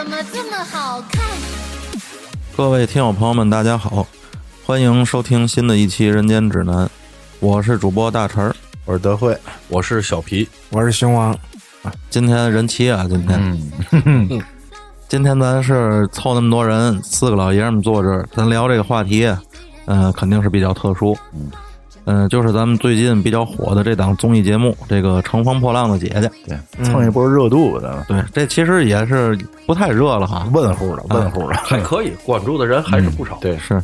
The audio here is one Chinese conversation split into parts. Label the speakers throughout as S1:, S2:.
S1: 么好看。
S2: 各位听友朋友们，大家好，欢迎收听新的一期《人间指南》，我是主播大陈儿。
S3: 我是德惠，
S4: 我是小皮，
S5: 我是熊王，
S2: 今天人齐啊，今天，今天咱是凑那么多人，四个老爷们坐这儿，咱聊这个话题，嗯、肯定是比较特殊，嗯、就是咱们最近比较火的这档综艺节目，这个《乘风破浪的姐姐》。
S3: 对，蹭一波热度的，
S2: 对，这其实也是不太热了哈，
S3: 问乎的，问乎的，
S4: 还可以，关注的人还是不少。
S3: 对，
S2: 是，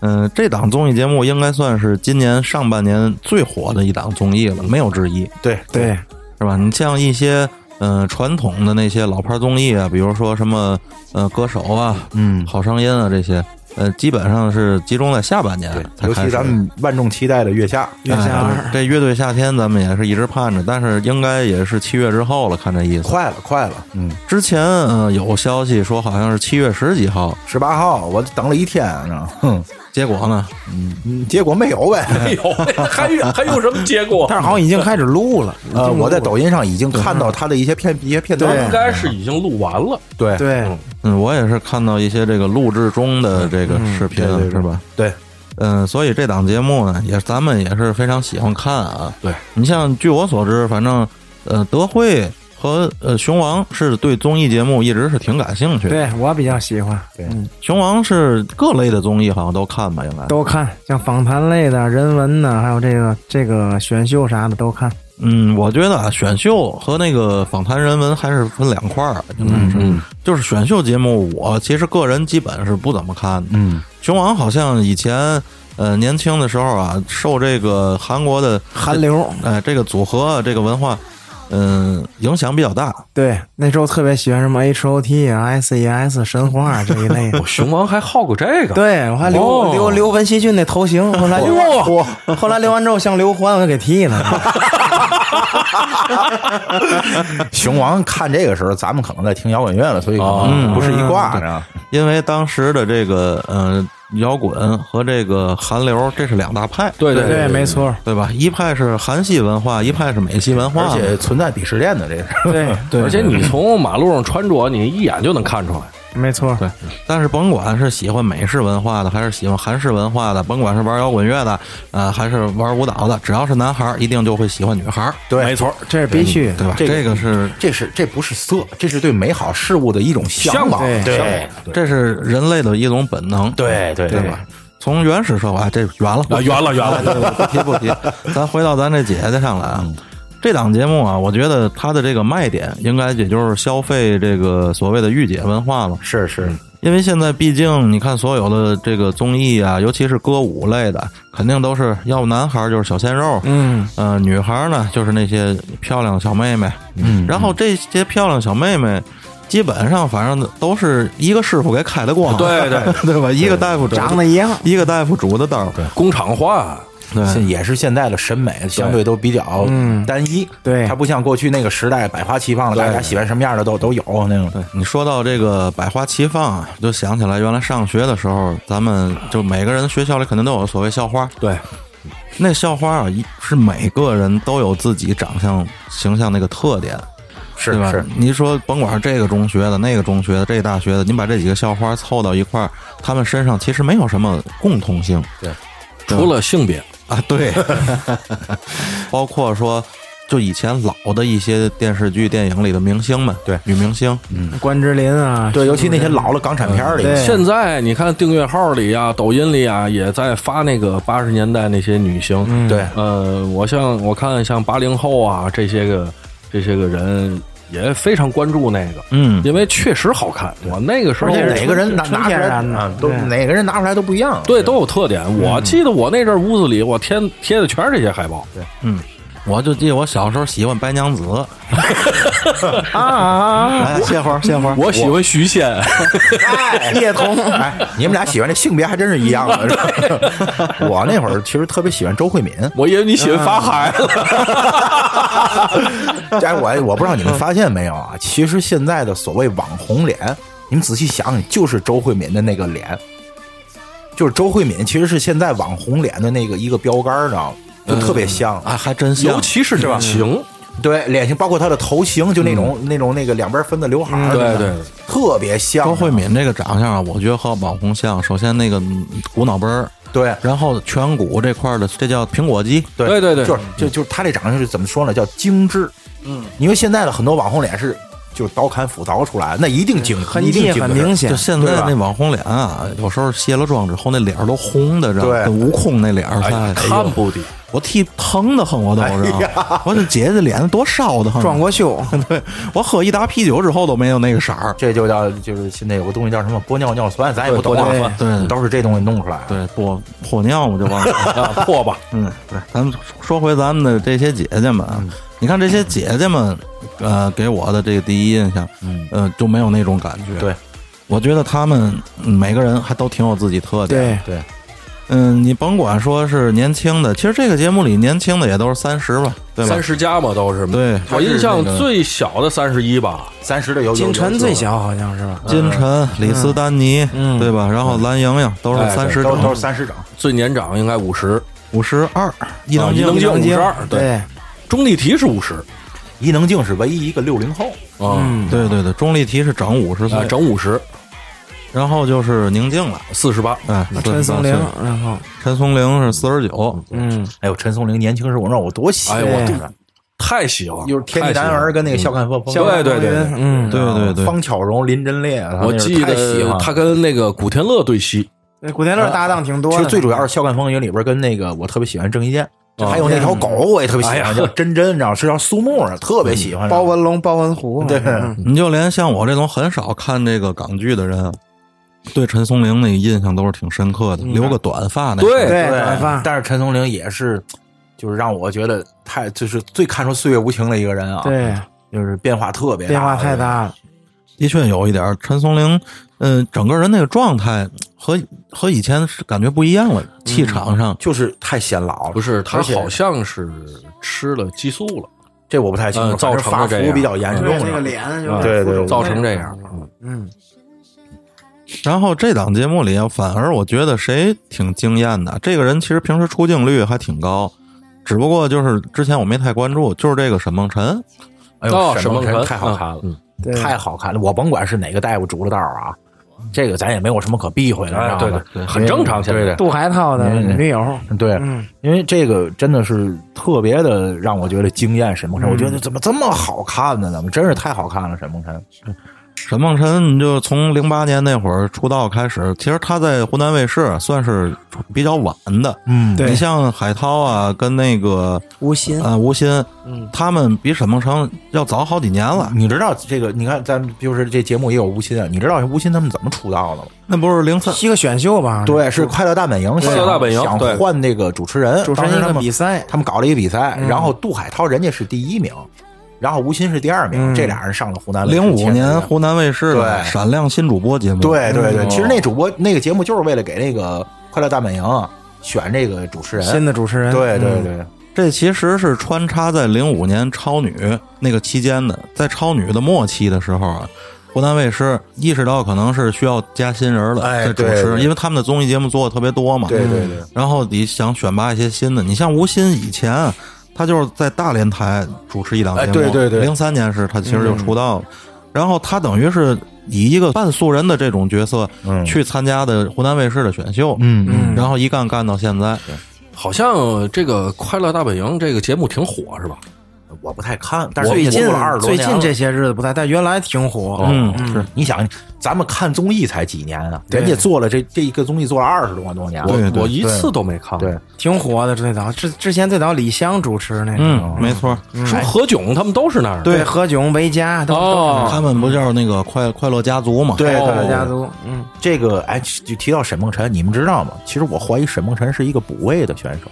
S2: 嗯、这档综艺节目应该算是今年上半年最火的一档综艺了，没有之一，
S3: 对，
S5: 对，
S2: 是吧？你像一些嗯、呃传统的那些老牌综艺啊，比如说什么呃歌手啊，
S3: 嗯，
S2: 好声音啊这些，呃，基本上是集中在下半年才
S3: 尤
S2: 开始。
S3: 其咱们万众期待的月下，嗯
S5: 月
S2: 哎
S5: 下二，
S2: 这乐队夏天咱们也是一直盼着，但是应该也是七月之后了，看这意思。
S3: 快了，快了，嗯，
S2: 之前呃有消息说好像是七月十几号，
S3: 十八号，我等了一天呢，哼，
S2: 结果呢，
S3: 嗯结果没有呗。
S4: 哎呦，还有还有什么结果？
S5: 但是好像已经开始录了。已经
S3: 呃，
S5: 录了
S3: 我在抖音上已经看到他的一些片一些片段
S4: 应
S3: 了，
S4: 该是已经录完了。
S3: 对
S5: 对，
S2: 嗯，我也是看到一些这个录制中的这个视频，
S3: 嗯
S2: 啊
S3: 对对对
S2: 是吧？
S3: 对，
S2: 嗯，所以这档节目呢，也是咱们也是非常喜欢看啊。
S3: 对
S2: 你像据我所知，反正呃，德惠和呃熊王是对综艺节目一直是挺感兴趣的。
S5: 对我比较喜欢，
S3: 对
S5: 嗯，
S2: 熊王是各类的综艺好像都看吧，应该。
S5: 都看，像访谈类的、人文的，还有这个这个选秀啥的都看。
S2: 嗯，我觉得啊，选秀和那个访谈人文还是分两块儿，应该是。
S4: 嗯
S2: 就是选秀节目，我其实个人基本是不怎么看的。
S3: 嗯，
S2: 熊王好像以前呃年轻的时候啊，受这个韩国的
S5: 韩流，
S2: 哎这个组合啊这个文化，嗯、影响比较大。
S5: 对，那时候特别喜欢什么 H O T 啊、S E S 神话这一类的
S4: 我。熊王还好过这个，
S5: 对，我还留、
S4: 哦
S5: 留刘文熙俊那头型，后来哇，后来留完之后像刘欢，我给剃了。
S3: 熊王看这个时候，咱们可能在听摇滚乐了，所以可能
S2: 嗯
S3: 不是一挂呢。
S2: 因为当时的这个嗯、呃摇滚和这个韩流，这是两大派，
S4: 对对
S5: 对，没错，
S2: 对吧？一派是韩系文化，一派是美系文化
S3: 而
S2: 嘛。
S3: 且存在鄙视链的这是，
S5: 对对，
S4: 而且你从马路上穿着，你一眼就能看出来。
S5: 没错，
S2: 对，但是甭管是喜欢美式文化的，还是喜欢韩式文化的，甭管是玩摇滚乐的，呃，还是玩舞蹈的，只要是男孩儿，一定就会喜欢女孩儿，
S3: 对，
S4: 没错，
S5: 这是必须
S2: 对吧？
S3: 这个
S2: 这个是
S3: 这是这不是色，这是对美好事物的一种向往，
S5: 向往
S3: 对
S2: 这是人类的一种本能，
S3: 对对
S2: 对吧？从原始社会，哎这远了
S4: 啊，圆了圆了。
S2: 对不提不提，咱回到咱这姐姐上来啊。这档节目啊，我觉得它的这个卖点应该也就是消费这个所谓的御姐文化嘛，
S3: 是是，
S2: 因为现在毕竟你看所有的这个综艺啊，尤其是歌舞类的，肯定都是要不男孩儿就是小鲜肉，
S5: 嗯，
S2: 呃，女孩儿呢就是那些漂亮小妹妹，嗯，然后这些漂亮小妹妹。基本上，反正都是一个师傅给开的光，
S4: 对对
S2: 对吧？一个大夫主
S5: 长得一样。
S2: 一个大夫拄的刀，对
S4: 工厂化，
S2: 对
S3: 现也是现在的审美相对都比较
S5: 嗯
S3: 单一，
S5: 对
S3: 它不像过去那个时代百花齐放了，大家喜欢什么样的都都有那种。
S2: 你说到这个百花齐放啊，就想起来原来上学的时候，咱们就每个人学校里肯定都有所谓校花，
S4: 对，
S2: 那校花啊，一是每个人都有自己长相形象那个特点，
S3: 是
S2: 对吧？
S3: 是，
S2: 你说甭管是这个中学的、那个中学的、这大学的，你把这几个校花凑到一块儿，他们身上其实没有什么共同性
S4: 除了性别，
S2: 啊。对， 包括说，就以前老的一些电视剧、电影里的明星们，
S3: 对
S2: 女明星，
S5: 关之琳啊，
S3: 对，尤其那些老了港产片里，
S5: 对
S4: 现在你看订阅号里啊、抖音里啊，也在发那个八十年代那些女星。嗯
S3: 对
S4: 呃，我像我看像八零后啊这些个这些个人也非常关注那个，
S2: 嗯，
S4: 因为确实好看。我那个时候
S3: 而且哪个人拿
S5: 纯
S3: 拿出
S5: 天
S3: 来
S5: 然的
S3: 啊，都
S5: 对
S3: 哪个人拿出来都不一样。
S4: 对都有特点。我记得我那阵儿屋子里我贴贴的全是这些海报，
S2: 我就记得我小时候喜欢白娘子，
S5: 啊，
S2: 哎，谢花谢花，
S4: 我喜欢徐仙，
S3: 哎，叶童，哎，你们俩喜欢这性别还真是一样的。是吧 我那会儿其实特别喜欢周慧敏，
S4: 我以为你喜欢法海了。
S3: 哎，我我不知道你们发现没有啊？ 其实现在的所谓网红脸，你们仔细想想，就是周慧敏的那个脸，就是周慧敏其实是现在网红脸的那个一个标杆儿，知道吗？就特别像。
S2: 嗯啊，还真像
S4: 嗯尤，其是这情，
S3: 对脸型，包括她的头型，就那种、那种那个两边分的刘海儿、
S4: 对对，
S3: 特别像
S2: 周慧敏这个长相啊，我觉得和网红像。首先那个嗯股脑杯儿，
S3: 对
S2: 然后颧骨这块儿的，这叫苹果肌。
S3: 对
S4: 对对对
S3: 就是就就是她这长相是怎么说呢？叫精致。
S5: 嗯，
S3: 因为现在的很多网红脸是就是刀砍斧凿出来，那一定精，
S5: 痕
S3: 一定
S5: 迹
S3: 精致
S5: 很明显
S2: 就，现在
S3: 对吧
S2: 那网红脸啊，有时候卸了妆之后，那脸儿都红的，知道吗
S3: 对
S2: 那悟空那脸儿，
S4: 哎
S2: 哎
S4: 呀，
S2: 呦
S4: 看不得，
S2: 我替疼的很，我都知道。我这姐姐脸多烧的很，
S5: 撞过修，
S2: 对我喝一打啤酒之后都没有那个色儿。
S3: 这就叫就是现在有个东西叫什么玻尿尿酸，咱也不懂
S4: 玻尿
S3: 啊
S4: 酸，
S2: 对
S3: 都是这东西弄出来的。
S2: 对，多破尿我就忘了。
S4: 啊，破吧，
S2: 嗯，对，咱们说回咱们的这些姐姐们啊，你看这些姐姐们，呃，给我的这个第一印象，嗯，呃，就没有那种感觉。
S3: 对，
S2: 我觉得她们嗯每个人还都挺有自己特点。
S5: 对，
S3: 对
S2: 嗯，你甭管说是年轻的，其实这个节目里年轻的也都是三十吧，对吧
S4: 三？十加嘛都是。
S2: 对
S4: 我印象最小的三十一吧，
S3: 三十的有有
S5: 金晨
S3: 有
S5: 最小好像是吧？
S2: 金晨、李斯丹妮，对吧？然后蓝莹莹都是
S4: 哎
S2: 三十
S3: 都
S2: 整，
S3: 都是三十整，
S4: 最年长应该五十，
S2: 五十二，一
S4: 啊
S2: 能
S4: 伊能
S2: 静
S4: 静
S2: 静
S4: 五十二，对，
S5: 对，
S4: 钟丽缇是五十
S3: 伊能静是唯一一个六零后，
S4: 啊，
S2: 对对对，钟丽缇是整五十
S4: 啊
S2: 岁，
S4: 整五十，
S2: 然后就是宁静了，
S4: 四十八，
S2: 哎，
S5: 陈松
S2: 48
S5: 伶
S2: 岁，
S5: 然后
S2: 陈松伶是四十九，
S5: 嗯，
S3: 哎呦，陈松伶年轻时候让我多喜欢
S4: 哎我
S3: 啊，
S4: 太喜欢了，
S3: 就是《天地男儿》跟那个嗯《笑看风风
S4: 笑看对对对
S5: 风云嗯，
S2: 对对对，
S3: 方巧荣、林真烈，啊
S4: 我记
S3: 太喜
S4: 得
S3: 欢
S4: 他。跟那个古天乐对戏，
S5: 那古天乐搭档挺多
S3: 啊其
S5: 的，
S3: 实最主要是《笑看风云》里边跟那个我特别喜欢郑伊健，
S4: 啊
S3: 还有那条狗我也特别喜
S4: 哎呀
S3: 欢，叫真真，你知道是叫苏木啊，特别喜欢
S5: 嗯包文龙、包文虎，
S3: 对
S5: 嗯
S2: 你就连像我这种很少看这个港剧的人，啊对陈松伶那个印象都是挺深刻的，留个短发那
S4: 对
S5: 对，
S3: 对
S5: 短发，
S3: 但是陈松伶也是，就是让我觉得太就是最看出岁月无情的一个人啊。，
S5: 对，
S3: 就是变化特别大，
S5: 变化太大了，
S2: 的确有一点儿。陈松伶，嗯、整个人那个状态和和以前是感觉不一样了，气场上。
S3: 就是太显老了。
S4: 不是他
S3: 而且
S4: 好像是吃了激素了，
S3: 这我不太清楚，
S4: 嗯造成
S3: 反
S4: 了
S3: 正
S4: 这
S3: 发福
S4: 样
S3: 比较严重
S5: 对，那个
S3: 了。
S5: 脸就是
S3: 对对对
S4: 造成这样，
S5: 嗯，
S2: 然后这档节目里啊，反而我觉得谁挺惊艳的，这个人其实平时出镜率还挺高，只不过就是之前我没太关注，就是这个沈梦辰，
S3: 哎
S4: 哦
S3: 呦，沈梦
S4: 沈梦
S3: 辰
S4: 辰
S3: 太好看了，啊
S4: 嗯
S5: 对
S3: 太好看了！我甭管是哪个大夫拄着道儿啊，这个咱也没有什么可避讳的，
S4: 哎
S3: 你知道吗？
S4: 对对很正常现在
S3: 对对
S5: 杜海涛的
S3: 嗯
S5: 女友，
S3: 对，
S5: 嗯
S3: 因为这个真的是特别的让我觉得惊艳。沈
S5: 嗯
S3: 梦辰，我觉得怎么这么好看呢？怎么真是太好看了？沈梦辰，
S2: 沈梦辰，你就从零八年那会儿出道开始，其实他在湖南卫视啊算是比较晚的。
S3: 嗯，
S5: 对
S2: 你像海涛啊，跟那个
S5: 吴昕，
S2: 呃吴昕，他们比沈梦辰要早好几年了。
S3: 你知道这个？你看，咱们就是这节目也有吴昕啊。你知道吴昕他们怎么出道的吗？
S2: 那不是零三，
S5: 一个选秀吧，，
S3: 对，是《快乐大本营》想。
S4: 快乐大本营
S3: 想
S4: 对
S3: 换那个主持人，
S5: 主持
S3: 当
S5: 人
S3: 时
S5: 一
S3: 他
S5: 个
S3: 们
S5: 比赛，
S3: 他们搞了一个比赛，然后杜海涛人家是第一名，然后吴昕是第二名，
S5: 嗯
S3: 这俩人上了湖南卫视
S2: 零五
S3: 签约
S2: 年湖南卫视的
S3: 对
S2: 闪亮新主播节目。
S3: 对对对，
S4: 嗯
S3: 其实那主播那个节目就是为了给那个《快乐大本营》啊选这个主持人。
S5: 新的主持人，
S3: 对对
S5: 嗯，
S3: 对，
S2: 这其实是穿插在零五年超女那个期间的，在超女的末期的时候啊，湖南卫视意识到可能是需要加新人了，
S3: 哎
S2: 在主
S3: 对
S2: 持，
S3: 对
S2: 因为他们的综艺节目做的特别多嘛，
S3: 对对对，
S2: 然后你想选拔一些新的，你像吴昕以前啊，他就是在大连台主持一档节目，
S3: 哎对对对嗯
S2: 零三年时他其实就出道了，然后他等于是以一个半素人的这种角色
S3: 嗯
S2: 去参加的湖南卫视的选秀，
S3: 嗯
S5: 嗯
S2: 然后一干干到现在，
S4: 好像这个《快乐大本营》这个节目挺火是吧？
S3: 我不太看，但是
S5: 最近
S3: 二十多
S5: 最
S3: 年了哦
S5: 近这些日子不太，但原来挺火，
S2: 嗯，是。
S3: 你想，咱们看综艺才几年啊，人家做了这这一个综艺做了二十多多年了，啊
S2: 对对
S4: 我一次都没看。
S3: 对，
S5: 挺火的。最早之之前最早李湘主持那个，
S3: 哦
S2: 嗯，没错，
S4: 说何炅他们都是那儿的。
S5: 对，何炅、维嘉都都
S4: 哦，
S2: 他们不就是那个快快乐家族嘛？
S3: 对
S5: 是
S3: 对
S5: 快乐
S3: 对
S5: 家族，嗯，
S3: 这个哎，就提到沈梦辰，你们知道吗？其实我怀疑沈梦辰是一个补位的选手。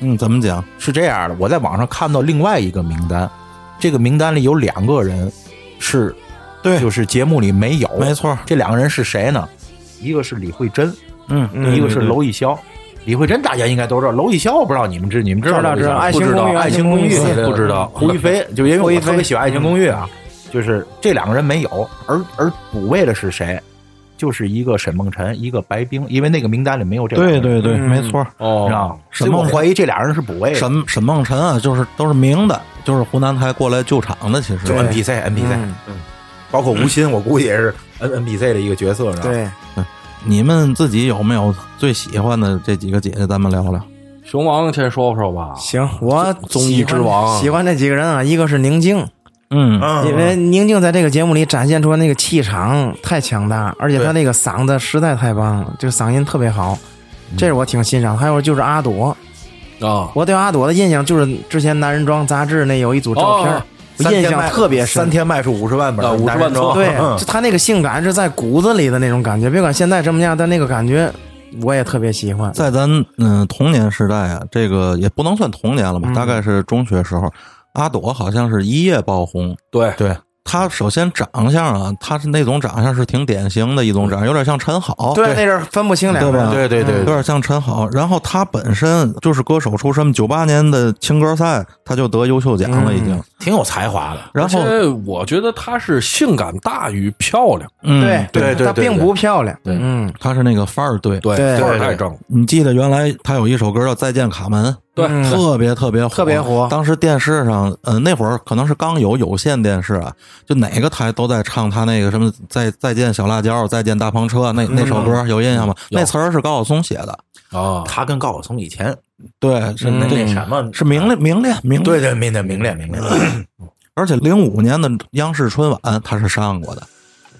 S2: 嗯，怎么讲？
S3: 是这样的，我在网上看到另外一个名单，这个名单里有两个人是，
S2: 对
S3: 就是节目里没有，
S2: 没错，
S3: 这两个人是谁呢？一个是李慧珍，
S2: 嗯，
S5: 嗯
S3: 一个是娄艺潇。李慧珍大家应该都知道，娄艺潇我不知道你们知你们知道
S5: 知道
S3: 娄艺潇
S5: 知道
S3: 吗
S5: 爱
S3: 不
S5: 情
S3: 知道爱情公
S5: 公寓
S3: 寓
S5: 爱情公寓
S3: 对
S4: 不知道
S3: 胡一菲就因
S5: 胡
S3: 为
S5: 一
S3: 我特
S5: 菲
S3: 别喜欢爱情公寓啊，就是这两个人没有，而而补位的是谁？就是一个沈梦辰，一个白冰，因为那个名单里没有这俩
S2: 对
S3: 人，
S2: 对对，没错。
S3: 知
S4: 哦，
S3: 道吗？所以我怀疑这俩人是补位的，
S2: 沈沈梦辰啊，就是都是明的，就是湖南台过来救场的，其实
S3: 就 NPC
S5: 嗯
S3: NPC，包括吴昕，我估计也是 N NPC 的一个角色，是吧？
S5: 对，
S2: 你们自己有没有最喜欢的这几个姐姐？咱们聊聊。
S4: 熊王先说说吧。
S5: 行，我
S4: 综艺之王啊
S5: 喜欢这几个人啊，一个是宁静，
S2: 嗯，
S3: 嗯，
S5: 因为宁静在这个节目里展现出那个气场太强大，而且她那个嗓子实在太棒了，这个嗓音特别好，
S3: 嗯
S5: 这是我挺欣赏。还有就是阿朵，
S4: 啊，
S5: 我对阿朵的印象就是之前《男人装》杂志那有一组照片，
S4: 哦
S5: 我
S3: 三天
S5: 印象
S3: 卖
S5: 特别深
S3: 三。天卖出五十万本
S4: 啊，50万
S3: 男人
S4: 张
S3: 装
S5: 对，
S3: 嗯
S5: 就她那个性感是在骨子里的那种感觉，别管现在什么样，但那个感觉我也特别喜欢。
S2: 在咱嗯、童年时代啊，这个也不能算童年了吧，大概是中学时候，阿朵好像是一夜爆红。
S4: 对，
S3: 对，
S2: 她首先长相啊，她是那种长相是挺典型的一种长相，有点像陈好，
S5: 对，那阵分不清两
S2: 对
S5: 个人
S2: 吧？。
S3: 哦对对对
S2: 有点像陈好。然后她本身就是歌手出身，九八年的青歌赛她就得优秀奖了，已经。
S3: 挺有才华的。
S2: 然后
S4: 而，且我觉得她是性感大于漂亮，
S2: 嗯，
S5: 对
S3: 对对
S5: 她
S3: 对
S5: 并
S3: 对
S5: 不漂亮。
S4: 对
S5: 嗯，
S2: 她是那个范儿队。
S4: 对，
S5: 对
S4: 范
S3: 对
S4: 儿太正了，
S2: 你记得原来她有一首歌叫《再见卡门》，
S4: 对
S5: 嗯
S2: 特别特别火，
S5: 特别火
S2: 当时电视上，呃，那会儿可能是刚有有线电视啊，就哪个台都在唱他那个什么“再再见小辣椒，再见大篷车”
S5: 嗯
S2: 那那首歌，有印象吗？那词儿是高晓松写的，
S4: 啊，
S3: 他跟高晓松以前
S2: 对，是那
S3: 那什么，
S2: 是明
S5: 啊
S2: 恋明恋明
S3: 对，对，明恋明恋明恋，
S2: 而且零五年的央视春晚他是上过的，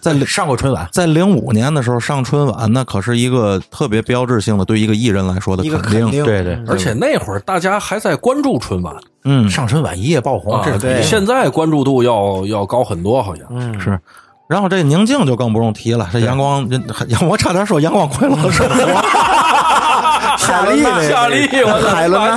S2: 在零
S3: 上过春晚，
S2: 在零五年的时候上春晚，那可是一个特别标志性的对一个艺人来说的
S5: 一个
S2: 肯
S5: 肯定，
S3: 对对，
S4: 而且那会儿大家还在关注春晚
S2: 嗯，
S3: 嗯上春晚一夜爆红，
S4: 啊
S3: 这是，
S4: 比现在关注度要要高很多，好像。
S5: 嗯，
S2: 是。然后这宁静就更不用提了，这阳光， 我差点说阳光快乐生活，
S5: 夏利呗
S4: 夏利，我的
S5: 海伦娜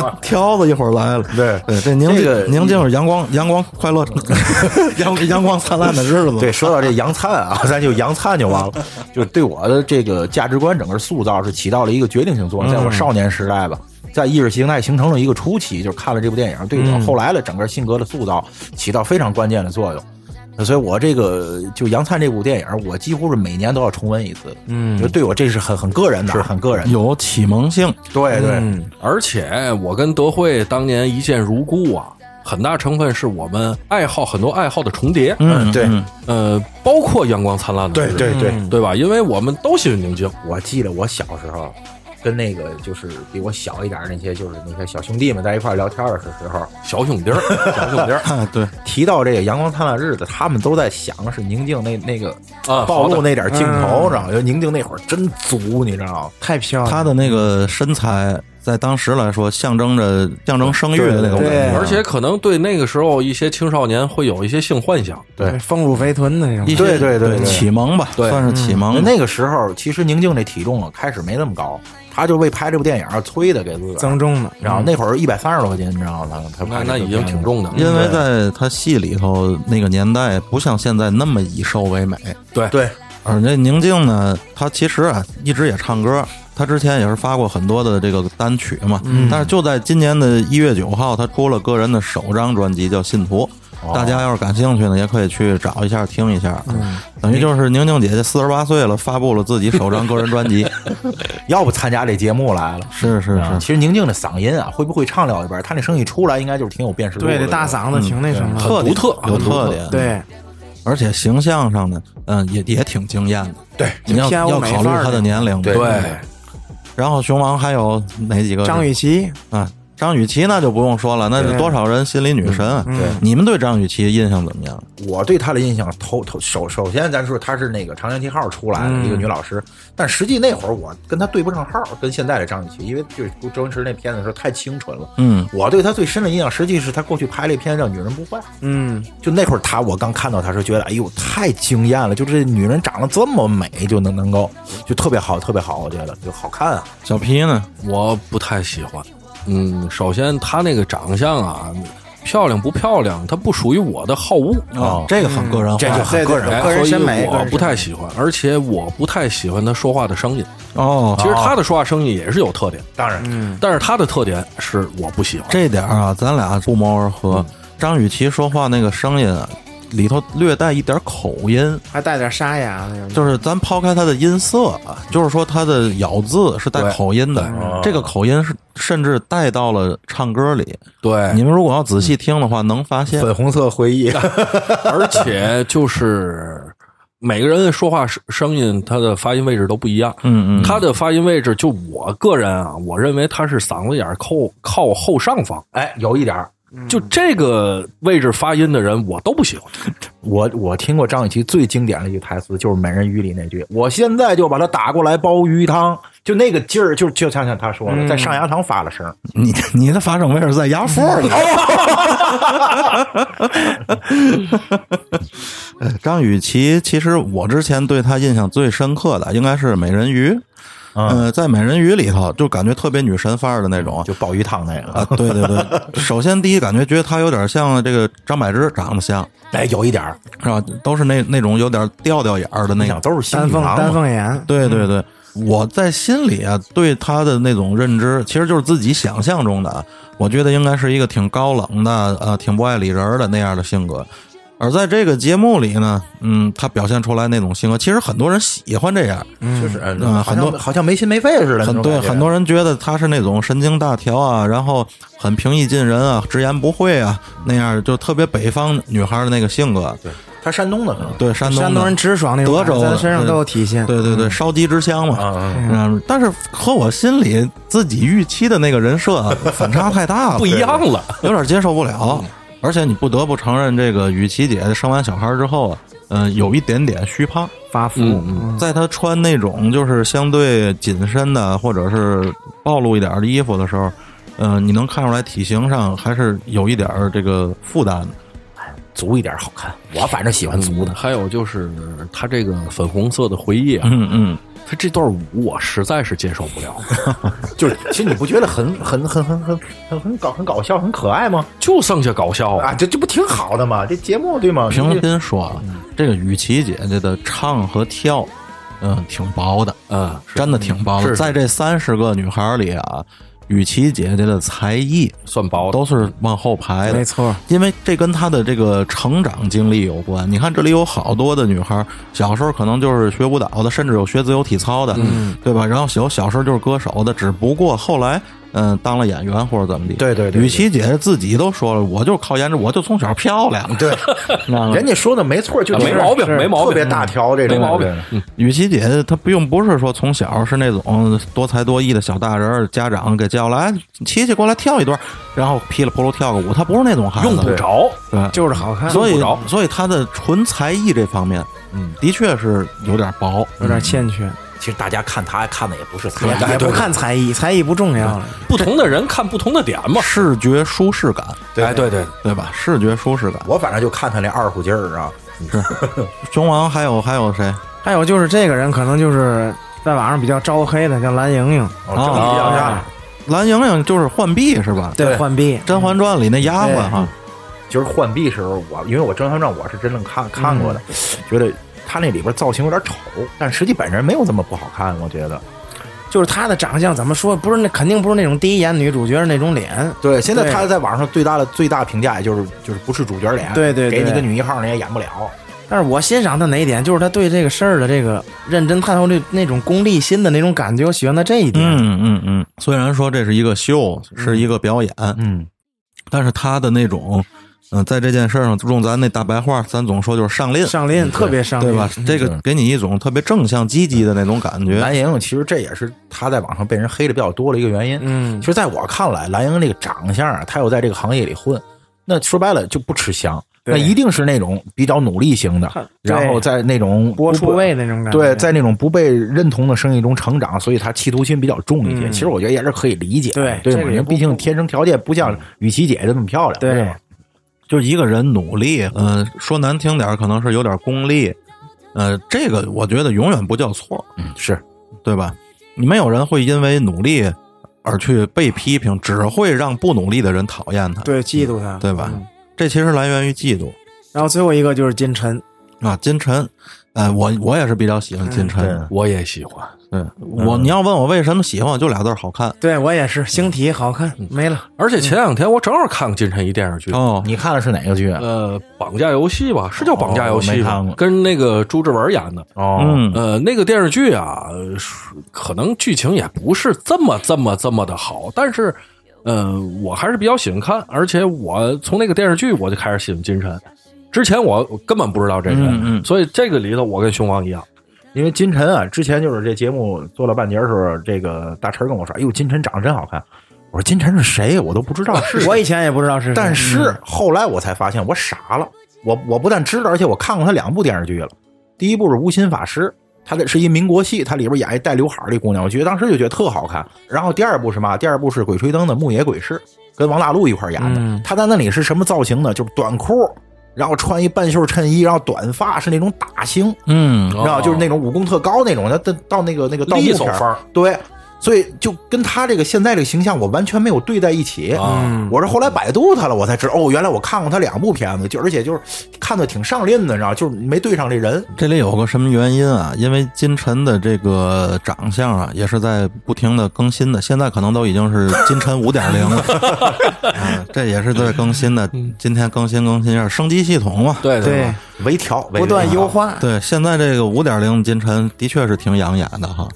S4: 妈
S2: 条子一会儿来了。
S3: 对
S2: 对，这宁
S3: 这个嗯
S2: 静宁静是阳光阳光快乐 阳阳光灿烂的日子。
S3: 对，，说到这洋灿啊，咱就洋灿就完了。就是对我的这个价值观整个塑造是起到了一个决定性作用，在我少年时代吧，在意识形态形成了一个初期，就是看了这部电影，对我后来的整个性格的塑造起到非常关键的作用。所以，我这个就杨灿这部电影，我几乎是每年都要重温一次。嗯，就对我这是嗯很很个人的，啊很个人的。
S2: 有启蒙性。
S3: 对对，
S4: 而且我跟德惠当年一见如故啊，很大成分是我们爱好很多爱好的重叠，
S2: 嗯，
S3: 对
S2: 嗯
S4: 呃，包括阳光灿烂的日
S3: 对
S4: 子，
S3: 对对，
S4: 对吧？因为我们都喜欢宁静，
S3: 我记得我小时候跟那个就是比我小一点儿那些就是那些小兄弟们在一块儿聊天儿的时候，
S4: 小 兄弟儿，小兄弟儿
S2: 啊，对，
S3: 提到这个阳光灿烂日子，他们都在想是宁静那那个
S4: 啊，
S3: 暴露
S4: 好的
S3: 那点镜
S4: 嗯
S3: 头，知道吗？就宁静那会儿真足，你知道吗？
S5: 太漂亮了。
S2: 她的那个身材在当时来说象征着象征生育的那种
S3: 对
S2: 感觉，
S4: 而且可能对那个时候一些青少年会有一些性幻想，
S3: 对
S5: 丰乳肥臀的那种
S2: 一。些
S3: 对对对
S2: 对
S3: 对嗯
S2: 启蒙吧，
S4: 对
S2: 算是启蒙。
S3: 那个时候其实宁静这体重啊开始没那么高，他就为拍这部电影催的给自个儿，
S5: 增重的，
S3: 然后那会儿一百三十多斤，你知道吗？他
S4: 那
S3: 拍
S4: 那已经挺重的
S3: 嗯
S4: 了。
S2: 因为在她戏里头那个年代，不像现在那么以瘦为美，
S4: 对
S3: 对
S2: 而那宁静呢，她其实啊一直也唱歌，她之前也是发过很多的这个单曲嘛。但是就在今年的一月九号，她出了个人的首张专辑叫《信徒》，大家要是感兴趣呢，也可以去找一下听一下。啊等于就是宁静姐姐四十八岁了，发布了自己首张个人专辑。
S3: 要不参加这节目来了。
S2: 是是
S3: 啊
S2: 是，
S3: 其实宁静的嗓音啊，会不会唱聊一半儿？她那声音出来，应该就是挺有辨识度的。
S5: 嗯对，这大嗓子挺那什么的，
S2: 特点
S4: 独特
S2: 有
S4: 很独特
S2: 特点。，
S5: 对，
S2: 而且形象上呢，嗯，也也挺惊艳的。
S3: 对，
S2: 你要
S5: 偏欧
S2: 要
S5: 美
S2: 考虑
S5: 范儿
S2: 她的
S5: 的
S2: 年龄。
S3: 对
S4: 对，
S2: 然后熊王还有哪几个？
S5: 张雨绮
S2: 啊，张雨绮那就不用说了，那是多少人心里女神啊！
S5: 对
S2: 你们对张雨绮印象怎么样？
S3: 我对她的印象，头头首首先咱说她是那个《长江七号》出来
S5: 嗯
S3: 的一个女老师，但实际那会儿我跟她对不上号，跟现在的张雨绮，因为就是周星驰那片子的时候太清纯了。
S2: 嗯，
S3: 我对她最深的印象，实际是她过去拍了一片叫《女人不坏》，
S5: 嗯，
S3: 就那会儿她，我刚看到她时候觉得，哎呦，太惊艳了！就这女人长得这么美，就能能够就特别好，特别好，我觉得就好看啊。
S2: 小皮呢？
S4: 我不太喜欢。嗯，首先她那个长相啊，漂亮不漂亮，她不属于我的好恶
S2: 哦，这个很个人化，
S3: 嗯这就很
S5: 啊对
S3: 个
S5: 对
S3: 人
S5: 对
S4: 哎
S5: 个人
S4: 所以
S5: 审美个
S4: 我
S5: 人
S4: 不
S5: 审
S4: 太
S5: 美
S4: 喜欢，而且我不太喜欢她说话的声音。
S2: 哦
S5: 啊
S4: 其。实她的说话声音也是有特点，
S3: 当然，
S5: 嗯
S4: 但是她的特点是我不喜欢。
S2: 嗯这点儿啊，咱俩不谋而合。张雨绮说话那个声音啊，里头略带一点口音，
S5: 还带点沙哑啊那种。
S2: 就是咱抛开它的音色啊，就是说它的咬字是带口音的，这个口音是甚至带到了唱歌里。
S4: 对，
S2: 你们如果要仔细听的话，能发现。
S3: 粉红色回忆，
S4: 而且就是每个人说话声声音，他的发音位置都不一样。
S2: 嗯嗯，
S4: 他的发音位置，就我个人啊，我认为他是嗓子眼儿靠靠后上方，
S3: 哎，有一点儿。
S5: 嗯
S4: 就这个位置发音的人，我都不喜欢。
S5: 啊
S3: 我我听过张雨绮最经典的一句台词，就是《美人鱼》里那句：“我现在就把它打过来煲鱼汤。”就那个劲儿，就就像像他说的，在上牙膛发了声儿。
S2: 你你的发声位置在牙缝里。 呃张雨绮，其实我之前对她印象最深刻的应该是《美人鱼》。嗯，在《美人鱼》里头，就感觉特别女神范儿的那种。
S3: 就鲍鱼汤那
S2: 啊
S3: 个，，
S2: 对对对，首先第一感觉觉得她有点像这个张柏芝长得像，
S3: 哎，有一点儿，
S2: 是吧？都是那那种有点掉掉眼儿的那
S3: 你
S2: 种
S3: 想。都是新
S5: 丹
S3: 女
S5: 凤
S3: 郎
S5: 丹
S3: 嘛，
S5: 凤眼，
S2: 对对对，我在心里啊，对他的那种认知，其实就是自己想象中的啊。我觉得应该是一个挺高冷的，呃，挺不爱理人儿的那样的性格。而在这个节目里呢，嗯，他表现出来那种性格，其实很多人喜欢这样，
S3: 就是
S2: 嗯
S3: 好
S2: 很
S3: 像
S2: 多
S3: 好像没心没肺似的那
S2: 很
S3: 种
S2: 对
S3: 感觉，
S2: 很多人觉得他是那种神经大条啊，然后很平易近人啊，直言不讳啊，那样就特别北方女孩的那个性格。
S3: 对他山东的可能。
S2: 对，山东的
S5: 山东人直爽那种
S2: 德
S5: 感觉，
S2: 州
S5: 在
S2: 的
S5: 他身上都有体现。哎
S2: 对对对，烧鸡之乡嘛。
S3: 嗯
S2: 嗯，但是和我心里自己预期的那个人设啊反差太大了，
S4: 不一样了，
S2: 有点接受不了。而且你不得不承认，这个雨琦姐生完小孩之后啊，嗯、有一点点虚胖，
S5: 发福，
S4: 嗯
S2: 在她穿那种就是相对紧身的或者是暴露一点的衣服的时候，嗯、你能看出来体型上还是有一点儿这个负担的。
S3: 足一点好看。我反正喜欢足的。
S5: 嗯
S4: 还有就是他这个粉红色的回忆啊，
S2: 嗯嗯，
S4: 他这段舞我实在是接受不了，
S3: 就是，其实你不觉得很 很很很很很很搞很搞笑、很可爱吗？
S4: 就剩下搞笑
S3: 啊，
S4: 啊。
S3: 这这不挺好的吗？这节目对吗？
S2: 平
S3: 你这
S2: 心说啊，这个雨琦姐姐的唱和跳，嗯、挺薄的。
S4: 嗯，是
S2: 真的挺棒的。
S4: 是
S2: 在这三十个女孩里啊，雨琦姐姐的才艺
S4: 算薄的。
S2: 都是往后排的
S5: 没，错。
S2: 因为这跟她的这个成长经历有关。你看这里有好多的女孩，小时候可能就是学舞蹈的，甚至有学自由体操的，对吧？然后有小时候就是歌手的，只不过后来。嗯，当了演员或者怎么地？
S3: 对对对对
S2: 雨琦姐姐自己都说了，我就靠颜值，我就从小漂亮。对，
S3: 人家说的没错，就
S4: 啊
S3: 这
S4: 没
S3: 事儿
S4: 毛病
S3: 是
S4: 没毛病
S3: 特别大条这种
S4: 没毛病
S3: 感觉
S2: 雨琦姐姐她并不是说从小是那种多才多艺的小大人儿，家长给叫来，琪琪过来跳一段，然后噼里啪啦跳个舞，她不是那种孩子，
S4: 用不着，
S2: 对，
S5: 就是好看，
S2: 嗯所以
S4: 用不着
S2: 所以她的纯才艺这方面，嗯，的确是有点薄，
S5: 有点欠缺，
S3: 其实大家看他看的也不是特
S5: 也也不看才艺，才艺不重要了。
S4: 不同的人看不同的点嘛。
S2: 视觉舒适感，
S4: 哎，对对，
S2: 对吧？视觉舒适感。
S3: 我反正就看他那二虎劲儿啊，
S2: 熊王还有还有谁？
S5: 还有就是这个人可能就是在网上比较招黑的，叫蓝莹莹，
S3: 哦这么一样样
S2: 蓝莹莹就是浣碧是吧？
S3: 对
S5: 浣碧
S2: 《甄嬛传》里那丫鬟哈，
S3: 就是浣碧时候，我因为我《甄嬛传》我是真正看看过的，觉得他那里边造型有点丑，但实际本人没有这么不好看，我觉得。
S5: 就是她的长相怎么说，不是那肯定不是那种第一眼女主角那种脸，
S3: 对，现在
S5: 对
S3: 他在网上最大的最大评价也就是就是不是主角脸，
S5: 对对对
S3: 给你个女一号你也演不了。
S5: 但是我欣赏她哪一点，就是她对这个事儿的这个认真探讨这那种功利心的那种感觉，我喜欢她这一点。
S2: 嗯嗯嗯。虽然说这是一个秀，是一个表演，
S3: 嗯，
S2: 但是他的那种，嗯、在这件事上，用咱那大白话，咱总说就是上令，
S5: 上林特别上林，
S2: 对吧？这个给你一种特别正向、积极的那种感觉。
S3: 蓝莹莹其实这也是她在网上被人黑的比较多的一个原因。
S5: 嗯
S3: 其实在我看来，蓝莹莹这个长相啊，她又在这个行业里混，那说白了就不吃香，
S5: 对
S3: 那一定是那种比较努力型的，
S5: 对嗯
S3: 然后在那种
S5: 播出
S3: 不
S5: 位那种感觉。
S3: 对，在那种不被认同的生意中成长，所以他企图心比较重一些。
S5: 嗯
S3: 其实我觉得也是可以理解的，
S5: 对
S3: 对
S5: 这
S3: 吗？
S5: 个
S3: 因
S5: 也
S3: 为
S5: 不
S3: 毕竟天生条件不像雨琦姐姐那么漂亮，
S5: 对
S3: 对吗？
S2: 就是一个人努力，嗯、说难听点儿，可能是有点功利，呃，这个我觉得永远不叫错，
S3: 嗯，是
S2: 对吧？没有人会因为努力而去被批评，只会让不努力的人讨厌他，
S5: 对嫉妒她。
S2: 对吧
S5: 嗯？
S2: 这其实来源于嫉妒
S5: 然后最后一个就是金晨，
S2: 啊。金晨，呃，我我也是比较喜欢
S5: 嗯
S2: 金晨。
S4: 我也喜欢。
S2: 嗯，我你要问我为什么喜欢，就俩字儿好看。
S5: 对我也是，星体好看，没了。
S4: 而且前两天我正好看过金晨一电视剧，
S2: 哦，
S3: 你看的是哪个剧啊？
S5: 嗯
S4: 呃，绑架游戏吧，是叫绑架游
S3: 哦我
S4: 戏
S3: 没
S4: 吧，
S3: 看过
S4: 跟那个朱志文演的。
S3: 哦，
S2: 嗯
S4: 呃，那个电视剧啊，呃可能剧情也不是这么这么这么的好，但是，呃，我还是比较喜欢看，而且我从那个电视剧我就开始喜欢金晨，之前我根本不知道这人，
S2: 嗯嗯
S4: 所以这个里头我跟熊王一样，
S3: 因为金晨啊，之前就是这节目做了半截儿的时候，这个大陈跟我说：“哎呦，金晨长得真好看。”我说：“金晨是谁呀？我都不知道 是谁。
S5: 我以前也不知
S4: 嗯
S5: 道是谁，嗯
S3: 但是后来我才发现我傻了，我我不但知道，而且我看过他两部电视剧了。第一部是《无心法师》，他的是一民国戏，他里边演一带刘海儿的姑娘，我觉得当时就觉得特好看。然后第二部是嘛？第二部是《鬼吹灯》的牧野鬼市，跟王大陆一块儿演的。
S5: 嗯
S3: 他在那里是什么造型呢？就是短裤，然后穿一半袖衬衣，然后短发，是那种大星。
S4: 哦
S2: 嗯，
S3: 你知道，就是那种武功特高那种，他到到那个那个盗墓
S4: 利
S3: 片
S4: 索
S3: 儿
S4: 范儿啊哎
S3: 对，所以就跟他这个现在这个形象，我完全没有对在一起。
S4: 啊，
S2: 嗯
S3: 我是后来百度他了，我才知道哦，原来我看过他两部片子，就而且就是看的挺上瘾的，你知道，就是没对上这人。
S2: 这里有个什么原因啊？因为金晨的这个长相啊，也是在不停的更新的，现在可能都已经是金晨五点 零了，啊，这也是在更新的。今天更新更新一下，升级系统嘛。
S4: 对
S5: 对，
S3: 微调，微
S5: 不断
S3: 调
S5: 优化，
S2: 对，现在这个五点零金晨的确是挺养眼的哈，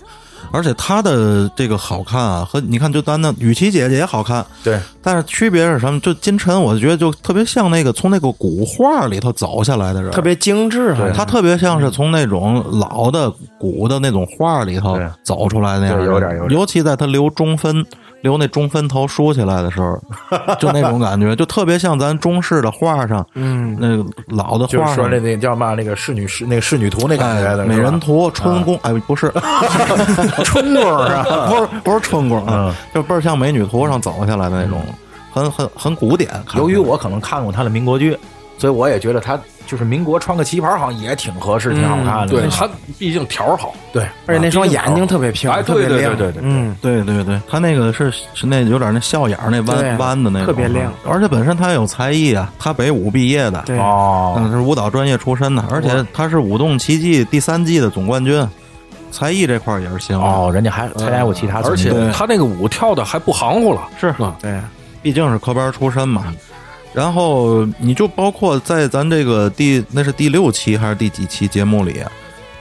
S2: 而且她的这个好看啊，和你看就单单雨琦姐姐也好看，
S3: 对，
S2: 但是区别是什么？就金晨，我觉得就特别像那个从那个古画里头走下来的人，
S5: 特别精致哈。
S2: 他特别像是从那种老的古的那种画里头
S3: 对
S2: 走出来的那样的人，
S3: 对有点有点
S2: 尤其在他留中分，留那中分头梳起来的时候，就那种感觉，就特别像咱中式的画上
S5: 嗯，
S2: 那个老的
S3: 就是
S2: 画
S3: 说
S2: 上哎
S3: 那。那叫嘛那个仕女仕那个仕女图那感觉的、嗯
S2: 哎，美人图、春宫，哎，不是，
S3: 春宫啊，
S2: 不是，不是春宫
S3: 嗯
S2: 啊，就倍儿像美女图上走下来的那种，很很很古典。看着
S3: 由于我可能看过他的民国剧，所以我也觉得他就是民国穿个旗袍好像也挺合适，挺好看的。
S4: 对他毕竟条儿好，
S3: 对，
S5: 而且那双眼睛特别漂
S4: 哎
S5: 亮，
S4: 对
S5: 特别亮，
S4: 对对对对
S5: 嗯，
S2: 对对对，他那个是是那有点那笑眼儿那
S5: 对
S3: 啊
S2: 弯弯的那种，
S5: 特别亮。
S2: 而且本身他有才艺啊，他北舞毕业的，
S5: 对
S3: 哦，
S2: 嗯，是舞蹈专业出身的，而且他是舞动奇迹第三季的总冠军，才艺这块儿也是行啊的，
S3: 哦，人家还参加过其他综艺，
S4: 而且
S2: 对
S4: 他那个舞跳的还不含糊了，
S2: 是
S4: 啊，
S5: 对，
S2: 毕竟是科班出身嘛。然后你就包括在咱这个第那是第六期还是第几期节目里，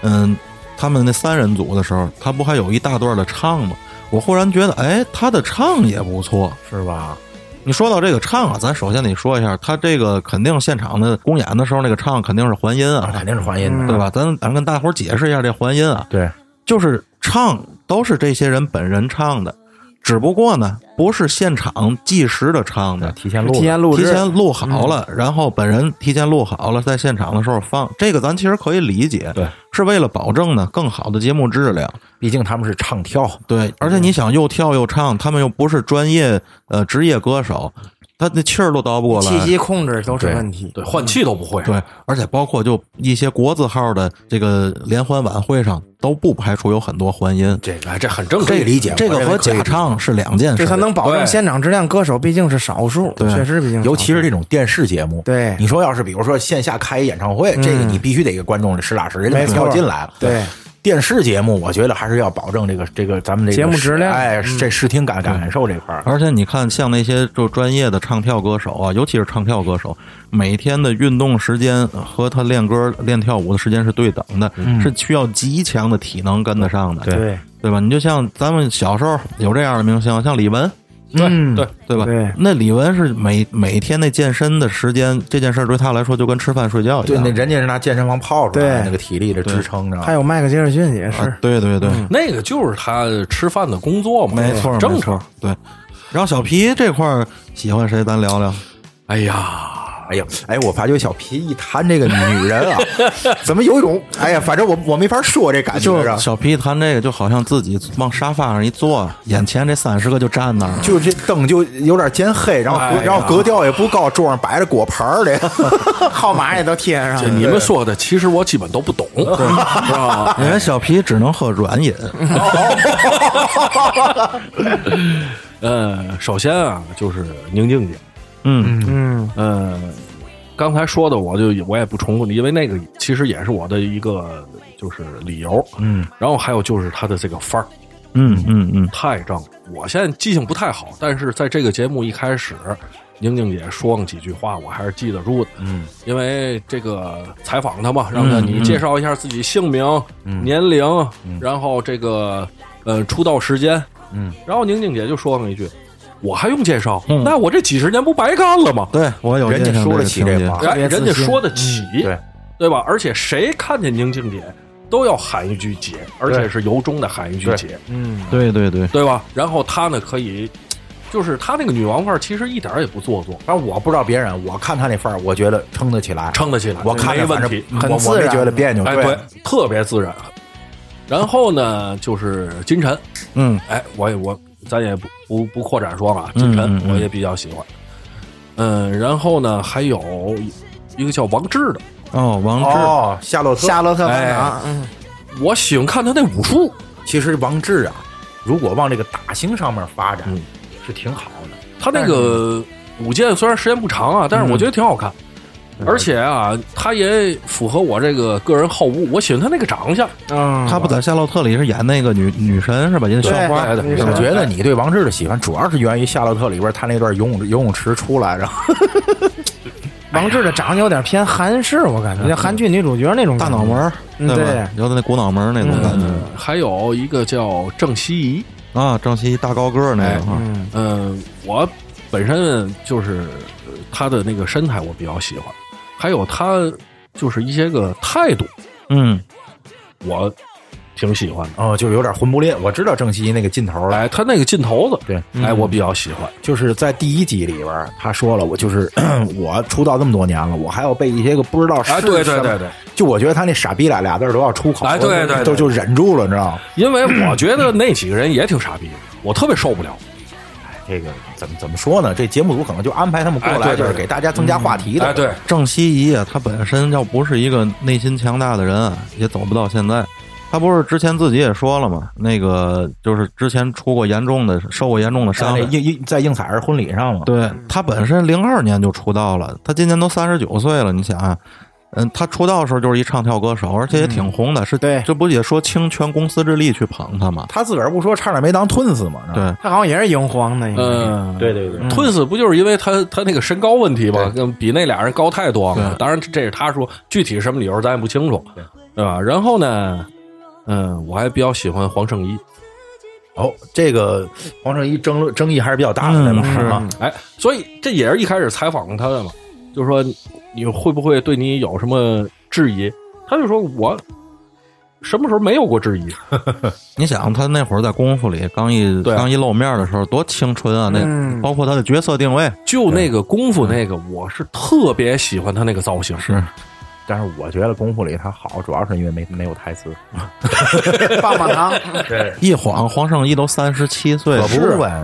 S2: 嗯，他们那三人组的时候，他不还有一大段的唱吗？我忽然觉得，哎，他的唱也不错。
S3: 是吧？
S2: 你说到这个唱啊，咱首先得说一下，他这个肯定现场的公演的时候，那个唱肯定是还音啊，
S3: 啊，肯定是还音的，
S2: 对吧？咱咱跟大伙儿解释一下这还音啊，
S3: 对，
S2: 就是唱都是这些人本人唱的，只不过呢，不是现场计时的唱的，
S3: 提前录
S5: 提
S3: 的，
S5: 前录
S2: 提
S5: 制，
S2: 前录好了，然后本人提前录好了，在现场的时候放。这个咱其实可以理解，
S3: 对，
S2: 是为了保证呢更好的节目质量。
S3: 毕竟他们是唱跳，
S2: 对，而且你想又跳又唱，他们又不是专业呃职业歌手，他那气儿都倒不过来，
S5: 气息控制都是问题。
S4: 对，换气都不会，
S2: 对，而且包括就一些国字号的这个联欢晚会上，都不排除有很多还音。
S4: 这个哎这很正常，
S3: 这理解
S2: 这
S3: 我
S2: 个
S3: 认为
S2: 和
S3: 可以
S2: 假唱是两 件事
S5: 就
S2: 儿。
S5: 他能保证
S4: 对
S5: 现场质量，歌手毕竟是少数，
S2: 对
S5: 确实毕竟少数，
S3: 尤其是这种电视节目，
S5: 嗯对嗯
S3: 你说要是比如说线下开一演唱会，这个你必须得给观众实打实，人家
S5: 没错
S3: 票进来了。
S5: 对，
S3: 电视节目我觉得还是要保证这个这个咱们这个
S5: 节目
S3: 视
S5: 质量嗯
S3: 哎，这视听感感受这块儿，
S2: 而且你看，像那些就专业的唱跳歌手啊，尤其是唱跳歌手，每天的运动时间和他练歌、练跳舞的时间是对等的，是需要极强的体能跟得上的，
S3: 对
S5: 对
S2: 对吧？你就像咱们小时候有这样的明星，像李玟，
S3: 嗯
S4: 对，
S2: 对吧？
S5: 对
S2: 那李玟是每每天那健身的时间，这件事儿对她来说就跟吃饭睡觉一
S3: 对，
S2: 样。啊
S3: 那人家是拿健身房泡出来的
S5: 对
S3: 那个体力的支撑着，
S5: 还有迈克杰克逊也是
S2: 啊，对对对，
S4: 那个就是他吃饭的工作嘛，
S2: 没错，
S4: 正
S2: 没
S4: 常
S2: 错。对，然后小皮这块儿喜欢谁？咱聊聊。
S4: 哎呀，
S3: 哎呀，哎，我发觉小皮一谈这个女人啊， 怎么有一种哎呀，反正我我没法说这感觉
S2: 就
S3: 啊，
S2: 小皮谈这个，就好像自己往沙发上一坐，眼前这三十个就站那儿了。
S3: 就这灯就有点见黑，然后
S4: 哎呀
S3: 然后格调也不高，桌上摆着果盘儿的，
S5: 号码也都贴上
S4: 这
S5: 了。
S4: 你们说的，其实我基本都不懂，是吧？
S2: 人家小皮只能喝软饮，
S4: 呃，首先啊，就是宁静姐，
S2: 嗯，
S5: 嗯，
S4: 呃，刚才说的，我就我也不重复，因为那个其实也是我的一个就是理由。
S2: 嗯，
S4: 然后还有就是他的这个范儿
S2: 嗯嗯嗯，
S4: 太正了，我现在记性不太好，但是在这个节目一开始，宁宁姐说了几句话，我还是记得住的。
S3: 嗯，
S4: 因为这个采访他嘛，让他你介绍一下自己姓名、
S3: 嗯
S4: 年龄，然后这个呃出道时间，
S3: 嗯，
S4: 然后宁静姐就说了一句：“我还用介绍？那我这几十年不白干了吗哎
S2: 对我有
S3: 人家
S2: 印象
S3: 说
S2: 这
S3: 得
S2: 个
S3: 起
S2: 情
S3: 这
S2: 节
S3: 话？”
S4: 人
S5: 别自
S4: 人
S5: 信
S4: 家说得起，
S3: 嗯对
S4: 对吧？而且谁看见宁静姐都要喊一句姐，而且
S3: 对
S4: 是由衷的喊一句
S3: 对
S4: 姐，
S5: 嗯，
S2: 对对对，
S4: 对吧？然后她呢可以，就是她那个女王范儿其实一点儿也不做作，
S3: 反正我不知道别人，我看他那范儿，我觉得撑得起来，
S4: 撑得起来，
S3: 我看
S4: 没
S3: 着
S4: 问
S3: 反正
S4: 题。
S5: 很
S3: 我
S5: 自
S3: 我没
S5: 然
S3: 觉得别扭，
S4: 哎，对，特别自然。然后呢，就是金晨，
S2: 嗯
S4: 哎，我也我咱也不不不扩展说了啊，金晨
S2: 嗯嗯
S4: 我也比较喜欢。嗯，然后呢，还有一个叫王志的，
S2: 哦，王志，
S3: 哦，夏洛特，啊
S5: 夏洛特
S3: 哎
S5: 烦恼，嗯，
S4: 我喜欢看他那武术，
S3: 其实王志啊，如果往这个打星上面发展，
S4: 嗯
S3: 是挺好的。
S4: 他那个舞剑虽然时间不长啊，但是我觉得挺好看。而且啊，他也符合我这个个人好恶，我喜欢他那个长相。
S5: 嗯
S2: 他不在《夏洛特》里是演那个女女神是吧？人家
S5: 对
S2: 校花，
S4: 来的
S5: 女
S4: 是
S5: 神
S3: 我
S4: 吧
S3: 觉得哎你对王志的喜欢，主要是源于《夏洛特》里边他那段游泳游泳池出来，然后
S5: 王志的长得有点偏韩式，我感觉像韩剧女主角那种
S2: 大
S5: 感觉
S2: 脑门儿，
S5: 嗯
S2: 吧
S5: 对？
S2: 有点那股脑门儿那种感觉
S4: 嗯，还有一个叫郑希怡，
S2: 啊，郑希大高个儿
S3: 哎
S2: 那个啊，
S5: 嗯，
S4: 嗯，我本身就是呃他的那个身材我比较喜欢，还有他就是一些个态度
S2: 嗯
S4: 我挺喜欢的。
S3: 哦，就有点混不吝。我知道郑希那个劲头来，
S4: 哎，他那个劲头子，
S3: 对，
S4: 哎，我比较喜欢。
S3: 就是在第一集里边，他说了，我就是 我出道这么多年了，我还要被一些个不知道是
S4: 哎，对
S3: 什
S4: 对
S3: 么
S4: 对对，
S3: 就我觉得他那傻逼俩俩字儿都要出口，
S4: 哎对对对
S3: 都就忍住了，你知道吗？
S4: 因为我觉得那几个人也挺傻逼的，我特别受不了。
S3: 这个怎么怎么说呢？这节目组可能就安排他们过
S4: 哎对
S3: 来，
S4: 对
S3: 就是给大家增加话题的。
S4: 哎，对，
S2: 郑希怡啊，她本身要不是一个内心强大的人啊，也走不到现在。她不是之前自己也说了嘛，那个就是之前出过严重的、受过严重的
S3: 像
S2: 伤
S3: 那
S2: 害。
S4: 嗯
S3: 应应在应采儿婚礼上嘛，
S2: 对她本身零二年就出道了，她今年都三十九岁了，你想、啊，嗯，她出道的时候就是一唱跳歌手，而且也挺红的，是
S5: 对
S2: 这不也说倾全公司之力去捧她嘛？
S3: 他自个儿不说，差点没当吞死嘛。
S2: 对，
S5: 他好像也是荧皇的，应该
S4: 嗯，
S3: 对对对，
S4: 吞死不就是因为他他那个身高问题吗？
S3: 对
S4: 跟比那俩人高太多了。
S2: 对
S4: 当然这是他说，具体什么理由咱也不清楚，对吧？然后呢，嗯，我还比较喜欢黄圣依。
S3: 哦，这个黄圣依争论争议还是比较大的，对吧？
S2: 嗯是
S3: 啊，
S4: 哎，所以这也是一开始采访他的嘛，就说你会不会对你有什么质疑？他就说我什么时候没有过质疑？
S2: 你想，他那会儿在功夫里刚一
S4: 对啊
S2: 刚一露面的时候，多青春啊！那、
S5: 嗯
S2: 包括他的角色定位，
S4: 就那个功夫那个，我是特别喜欢他那个造型，
S2: 是
S3: 但是我觉得功夫里他好，主要是因为没没有台词。
S5: 嗯棒棒糖，
S3: 对，
S2: 一晃黄圣依都三十七岁
S3: 可
S2: 了，
S3: 不呗。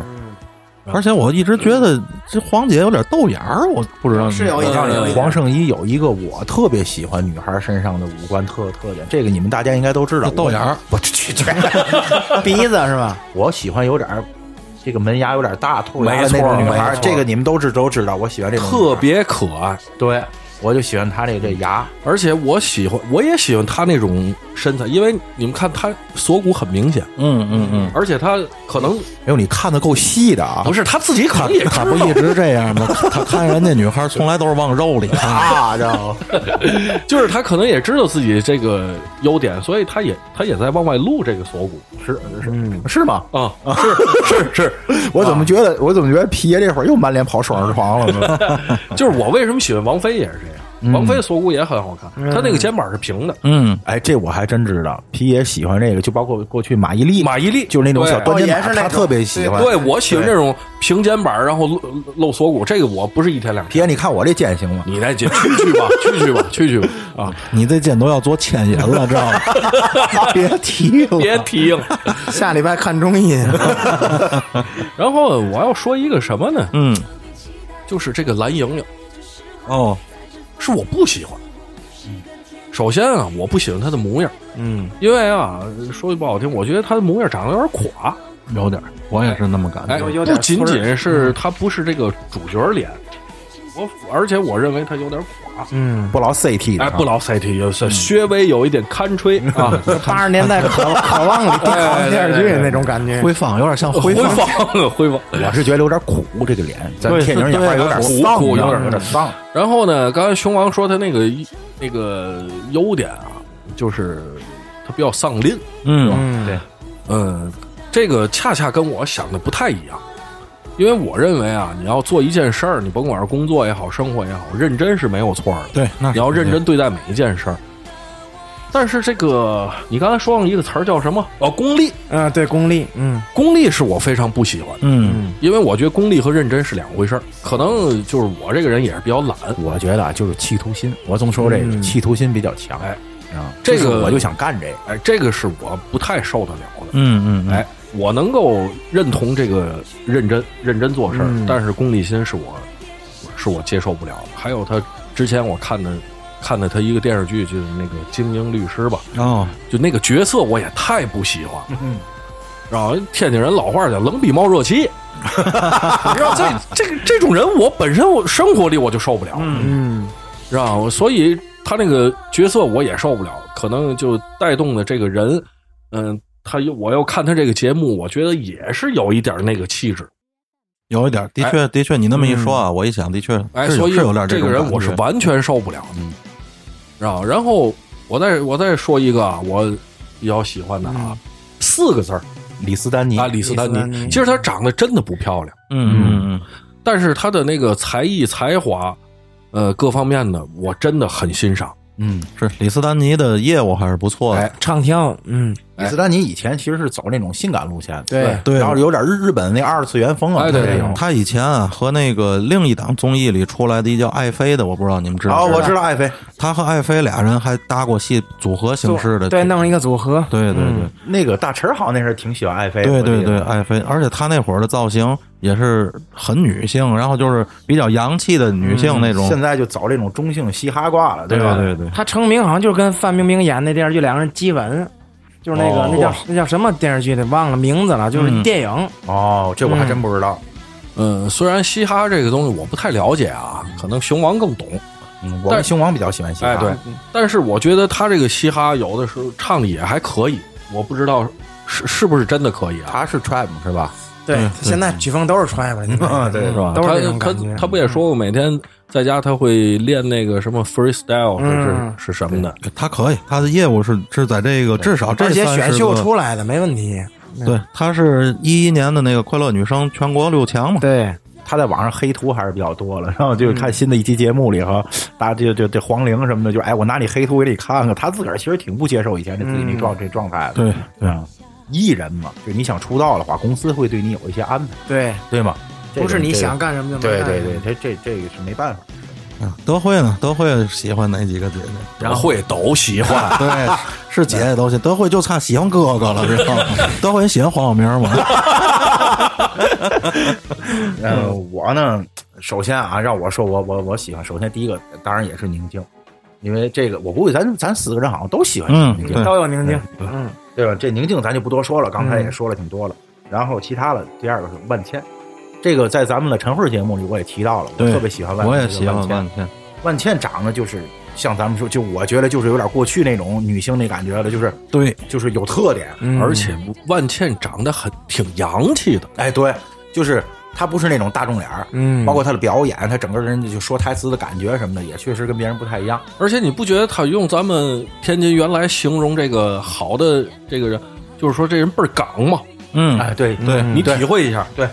S2: 而且我一直觉得这黄姐有点豆芽儿，我不知道你
S5: 是啊有一
S3: 我告
S5: 点
S3: 诉
S5: 有一
S3: 你，
S5: 点
S3: 呃黄圣依有一个我特别喜欢女孩身上的五官特特点，这个你们大家应该都知道。
S2: 豆芽儿，
S3: 我去，
S5: 鼻子是吧？
S3: 我喜欢有点儿这个门牙有点儿大，兔儿牙的
S4: 没
S3: 那
S4: 错
S3: 种女孩
S4: 没
S3: 儿，
S4: 错
S3: 这个你们都知都知道。我喜欢这种女孩
S4: 特
S3: 儿
S4: 别可爱，
S3: 对，我就喜欢她这这牙。
S4: 而且我喜欢，我也喜欢他那种身材，因为你们看他锁骨很明显，
S2: 嗯嗯嗯，
S4: 而且他可能
S3: 哎呦，你看的够细的 啊！
S4: 不是他自己可能也知
S2: 他
S4: 道
S2: 不一直这样 吗？他看人家女孩从来都是往肉里看，
S3: 啊，知道吗？
S4: 就是他可能也知道自己这个优点，所以他也他也在往外露这个锁骨
S3: 是
S5: 嗯，
S3: 是吗？
S4: 啊。
S3: 是是，我怎么觉得我怎么觉得皮爷这会儿又满脸跑双人床了呢？
S4: 就是我为什么喜欢王菲也是这样，王菲锁骨也很好看，她那个肩膀是平的。
S2: 嗯，
S3: 哎，这我还真知道，皮爷喜欢这个，就包括过去马伊琍，
S4: 马伊琍
S3: 就是那种
S4: 对
S3: 小端肩
S5: 哦也
S3: 马，
S5: 是那
S3: 他
S5: 种
S3: 特别喜欢。
S4: 对我喜欢这种平肩膀，然后露露锁骨，这个我不是一天两
S3: 皮
S4: 天。
S3: 爷，你看我这肩行吗？
S4: 你来去去吧，去去吧，去去吧啊！
S2: 你这剑都要做牵引了，知道吗？别提了，
S4: 别提了。
S5: 下礼拜看中医，
S4: 然后我要说一个什么呢？
S2: 嗯
S4: 就是这个蓝莹莹，
S2: 哦，
S4: 是我不喜欢。首先啊，我不喜欢她的模样，
S5: 嗯，
S4: 嗯因为啊，说句不好听，我觉得她的模样长得有点垮。
S2: 有点儿，我也是那么感
S4: 哎，
S2: 觉。
S5: 有有点
S4: 不仅
S5: 村儿嗯
S4: 仅是她不是这个主角脸，我而且我认为她有点垮。
S5: 嗯，
S3: 不老 CT 的
S4: 哎，
S3: 啊，
S4: 不老 CT，有是稍微有一点堪 吹啊，
S5: 八十年代渴渴望里必看的电视
S4: 对对
S5: 剧
S4: 对
S5: 那种感觉。
S2: 回放有点像
S4: 回
S2: 回放，
S4: 放回放。
S3: 我是觉得有点苦这个脸，咱
S2: 对
S3: 天津人讲话有点
S4: 对
S3: 丧，
S4: 苦
S3: 你知道吗
S4: 有点
S3: 有点丧。
S4: 然后呢，刚才熊王说他那个那个优点啊，就是他比较上林，
S2: 嗯
S5: 嗯，
S3: 对
S4: 嗯，这个恰恰跟我想的不太一样，因为我认为啊，你要做一件事儿，你甭管是工作也好，生活也好，认真是没有错的。
S2: 对，那
S4: 你要认真对待每一件事儿。但是这个，你刚才说了一个词儿叫什么？哦，功利，
S5: 嗯，对，功利，嗯，
S4: 功利是我非常不喜欢的，
S2: 嗯
S4: 因为我觉得功利和认真是两回事儿。可能就是我这个人也是比较懒，
S3: 我觉得啊，就是企图心，我总说这个
S5: 嗯
S3: 企图心比较强，
S4: 哎
S3: 啊，
S4: 这个
S3: 就是我就想干这个，
S4: 哎，这个是我不太受得了的。
S2: 嗯嗯，
S4: 哎，我能够认同这个认真认真做事儿，但是功利心是我是我接受不了的。还有他之前我看的看的他一个电视剧，就是那个《精英律师》吧，
S2: 哦，
S4: 就那个角色我也太不喜欢了。然后天津人老话叫“冷比冒热气”，你知道这这个这种人，我本身我生活里我就受不了，嗯，知道吗所以他那个角色我也受不了，可能就带动的这个人，嗯，他又我要看他这个节目，我觉得也是有一点那个气质，
S2: 有一点，的
S4: 哎
S2: 确的确，你那么一说啊，我一想，的确
S4: 哎，
S2: 是
S4: 所
S2: 有
S4: 以
S2: 是有点
S4: 这
S2: 种
S4: 个人我是
S2: 感觉嗯
S4: 完全受不了的，知道吗然后我再我再说一个啊我比较喜欢的
S2: 嗯
S4: 啊，四个字儿。
S3: 李斯丹尼
S4: 啊，，里斯丹
S5: 里斯丹
S4: 尼。
S5: 尼
S4: 其实她长得真的不漂亮，
S2: 嗯嗯
S4: 但是她的那个才艺、才华，呃，各方面的，我真的很欣赏。
S3: 嗯，
S2: 嗯，是李斯丹尼的业务还是不错的，
S5: 唱跳，嗯，
S4: 哎
S3: 李斯丹尼以前其实是走那种性感路线的，
S5: 对
S2: 对
S3: 然后有点日日本那二次元风啊，
S4: 哎对
S3: 他这
S4: 对
S3: 种
S2: 他以前啊和那个另一档综艺里出来的一叫爱妃的，哦我不知道你们知
S3: 啊，
S2: 道不？
S3: 我知道爱妃
S2: 他和爱妃俩人还搭过戏，组合形式的。
S5: 对，弄了一个组合，
S2: 对对对
S3: 那个大陈儿好像那时候挺喜欢爱妃，
S2: 对
S3: 我记得
S2: 对对，，爱妃，而且她那会儿的造型也是很女性，然后就是比较洋气的女
S5: 嗯
S2: 性那种。
S3: 现在就走这种中性嘻哈挂了，
S2: 对
S3: 吧？
S2: 对对，
S5: 他成名好像就是跟范冰冰演那电视剧两个人激吻，就是那个、
S4: 哦
S5: 那叫那叫什么电视剧的忘了名字了，就是电影。
S3: 哦，这我还真不知道，
S4: 嗯，虽然嘻哈这个东西我不太了解啊，可能熊王更懂。
S3: 嗯，我跟熊王比较喜欢嘻哈，
S4: 哎，对，但是我觉得他这个嘻哈有的时候唱的也还可以，我不知道是是不是真的可以啊？
S3: 他是 trap 是吧？
S5: 对，现在曲风都是 trap 的，
S3: 嗯对是吧
S5: 都是这种
S4: 他
S5: 感
S4: 他
S5: 觉。嗯
S4: 他不也说过每天在家他会练那个什么 freestyle 是是、
S5: 嗯
S4: 是什么的？
S2: 她可以，她的业务是是在这个至少哦这
S5: 而且
S2: 30
S5: 选秀
S2: 个
S5: 出来的没问题。
S2: 对，她是一一年的那个快乐女声全国六强嘛。
S5: 对，
S3: 他在网上黑图还是比较多了，然后就看新的一期节目里哈，大家就就这黄龄什么的，就哎，我拿你黑图给你看看。啊他自个儿其实挺不接受以前这自己那状这状态
S2: 嗯
S3: 的，
S2: 对
S3: 对啊，艺人嘛，就你想出道的话，公司会对你有一些安排，
S5: 对，
S3: 对吗？
S5: 不是你想
S3: 干，
S5: 干什么就能
S3: 对
S5: 干什么。
S3: 对对，他这这个是没办法。
S2: 嗯德惠呢？德惠喜欢哪几个姐姐？
S4: 然后会都喜欢。
S2: 对，是姐姐都行。德惠就差喜欢哥哥了，知道吗？德惠喜欢黄晓明吗？
S3: 呃，
S2: 嗯
S3: 我呢，首先啊，让我说我我我喜欢，首先第一个当然也是宁静，因为这个我估计咱咱四个人好像都喜欢
S2: 嗯
S3: 宁静，
S2: 对
S5: 都有宁静。嗯，
S3: 对吧？这宁静咱就不多说了，刚才
S5: 嗯
S3: 也说了挺多了。然后其他的，第二个是万千，这个在咱们的晨会节目里我也提到了，我
S2: 对
S3: 特别喜欢万
S2: 我
S3: 千。
S2: 也喜欢
S3: 万
S2: 万
S3: 千，
S2: 茜。
S3: 万千长得就是像咱们说，就我觉得就是有点过去那种女性那感觉了，就是
S2: 对，
S3: 就是有特点。
S5: 嗯
S4: 而且万茜长得很挺洋气的，
S3: 哎，对，就是她不是那种大众脸儿，
S5: 嗯
S3: 包括她的表演，她整个人就说台词的感觉什么的，也确实跟别人不太一样。
S4: 而且你不觉得他用咱们天津原来形容这个好的这个人，就是说这人倍儿港嘛？
S2: 嗯，
S3: 哎，对
S2: 对
S4: 你体会一下，
S3: 对，
S5: 啊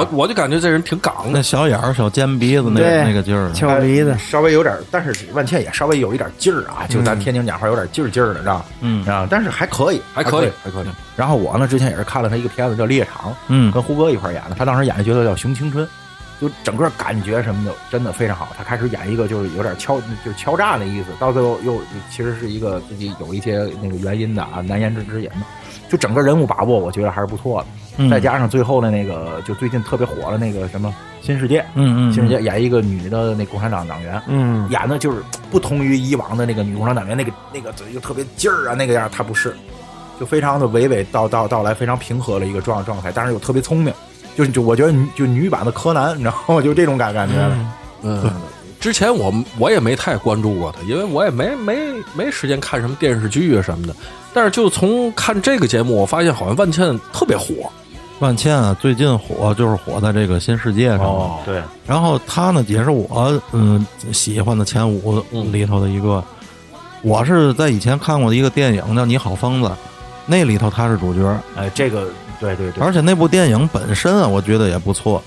S4: 我我就感觉这人挺港
S2: 那
S4: 的。
S2: 小眼儿、小尖鼻子那
S5: 对
S2: 那个劲儿，啊
S5: 俏梨子，
S3: 稍微有点儿，但是万茜也稍微有一点劲儿啊，就咱天津讲话有点劲儿劲儿的，是吧？
S2: 嗯
S3: 啊，但是还可以，
S4: 还可以，还可以。
S3: 然后我呢，之前也是看了他一个片子叫《猎场》，
S2: 嗯
S3: 跟胡歌一块儿演的。他当时演的角色叫《熊青春》，就整个感觉什么的真的非常好。他开始演一个就是有点敲，就是敲诈的意思，到最后又其实是一个自己有一些那个原因的啊，难言之之隐的。就整个人物把握，我觉得还是不错的。
S2: 嗯
S3: 再加上最后的那个，就最近特别火的那个什么《新世界》，
S2: 嗯嗯，
S3: 新世界》演一个女的那共产党党员，
S5: 嗯，
S3: 演的就是不同于以往的那个女共产党员那个那个就特别劲儿啊那个样儿，她不是，就非常的娓娓道道道来，非常平和的一个状状态，但是又特别聪明，就是就我觉得女就女版的柯南，你知道吗？就这种感感觉。
S4: 嗯，之前我我也没太关注过他，因为我也没没没时间看什么电视剧啊什么的。但是就从看这个节目，我发现好像万茜特别火
S2: 万茜啊，最近火就是火在这个新世界上
S3: 哦
S2: 了。
S1: 哦对，
S2: 然后他呢，也是我嗯喜欢的前五里头的一个。我是在以前看过的一个电影叫《你好，疯子》，那里头他是主角，
S1: 哎，这个对对对，
S2: 而且那部电影本身啊，我觉得也不错。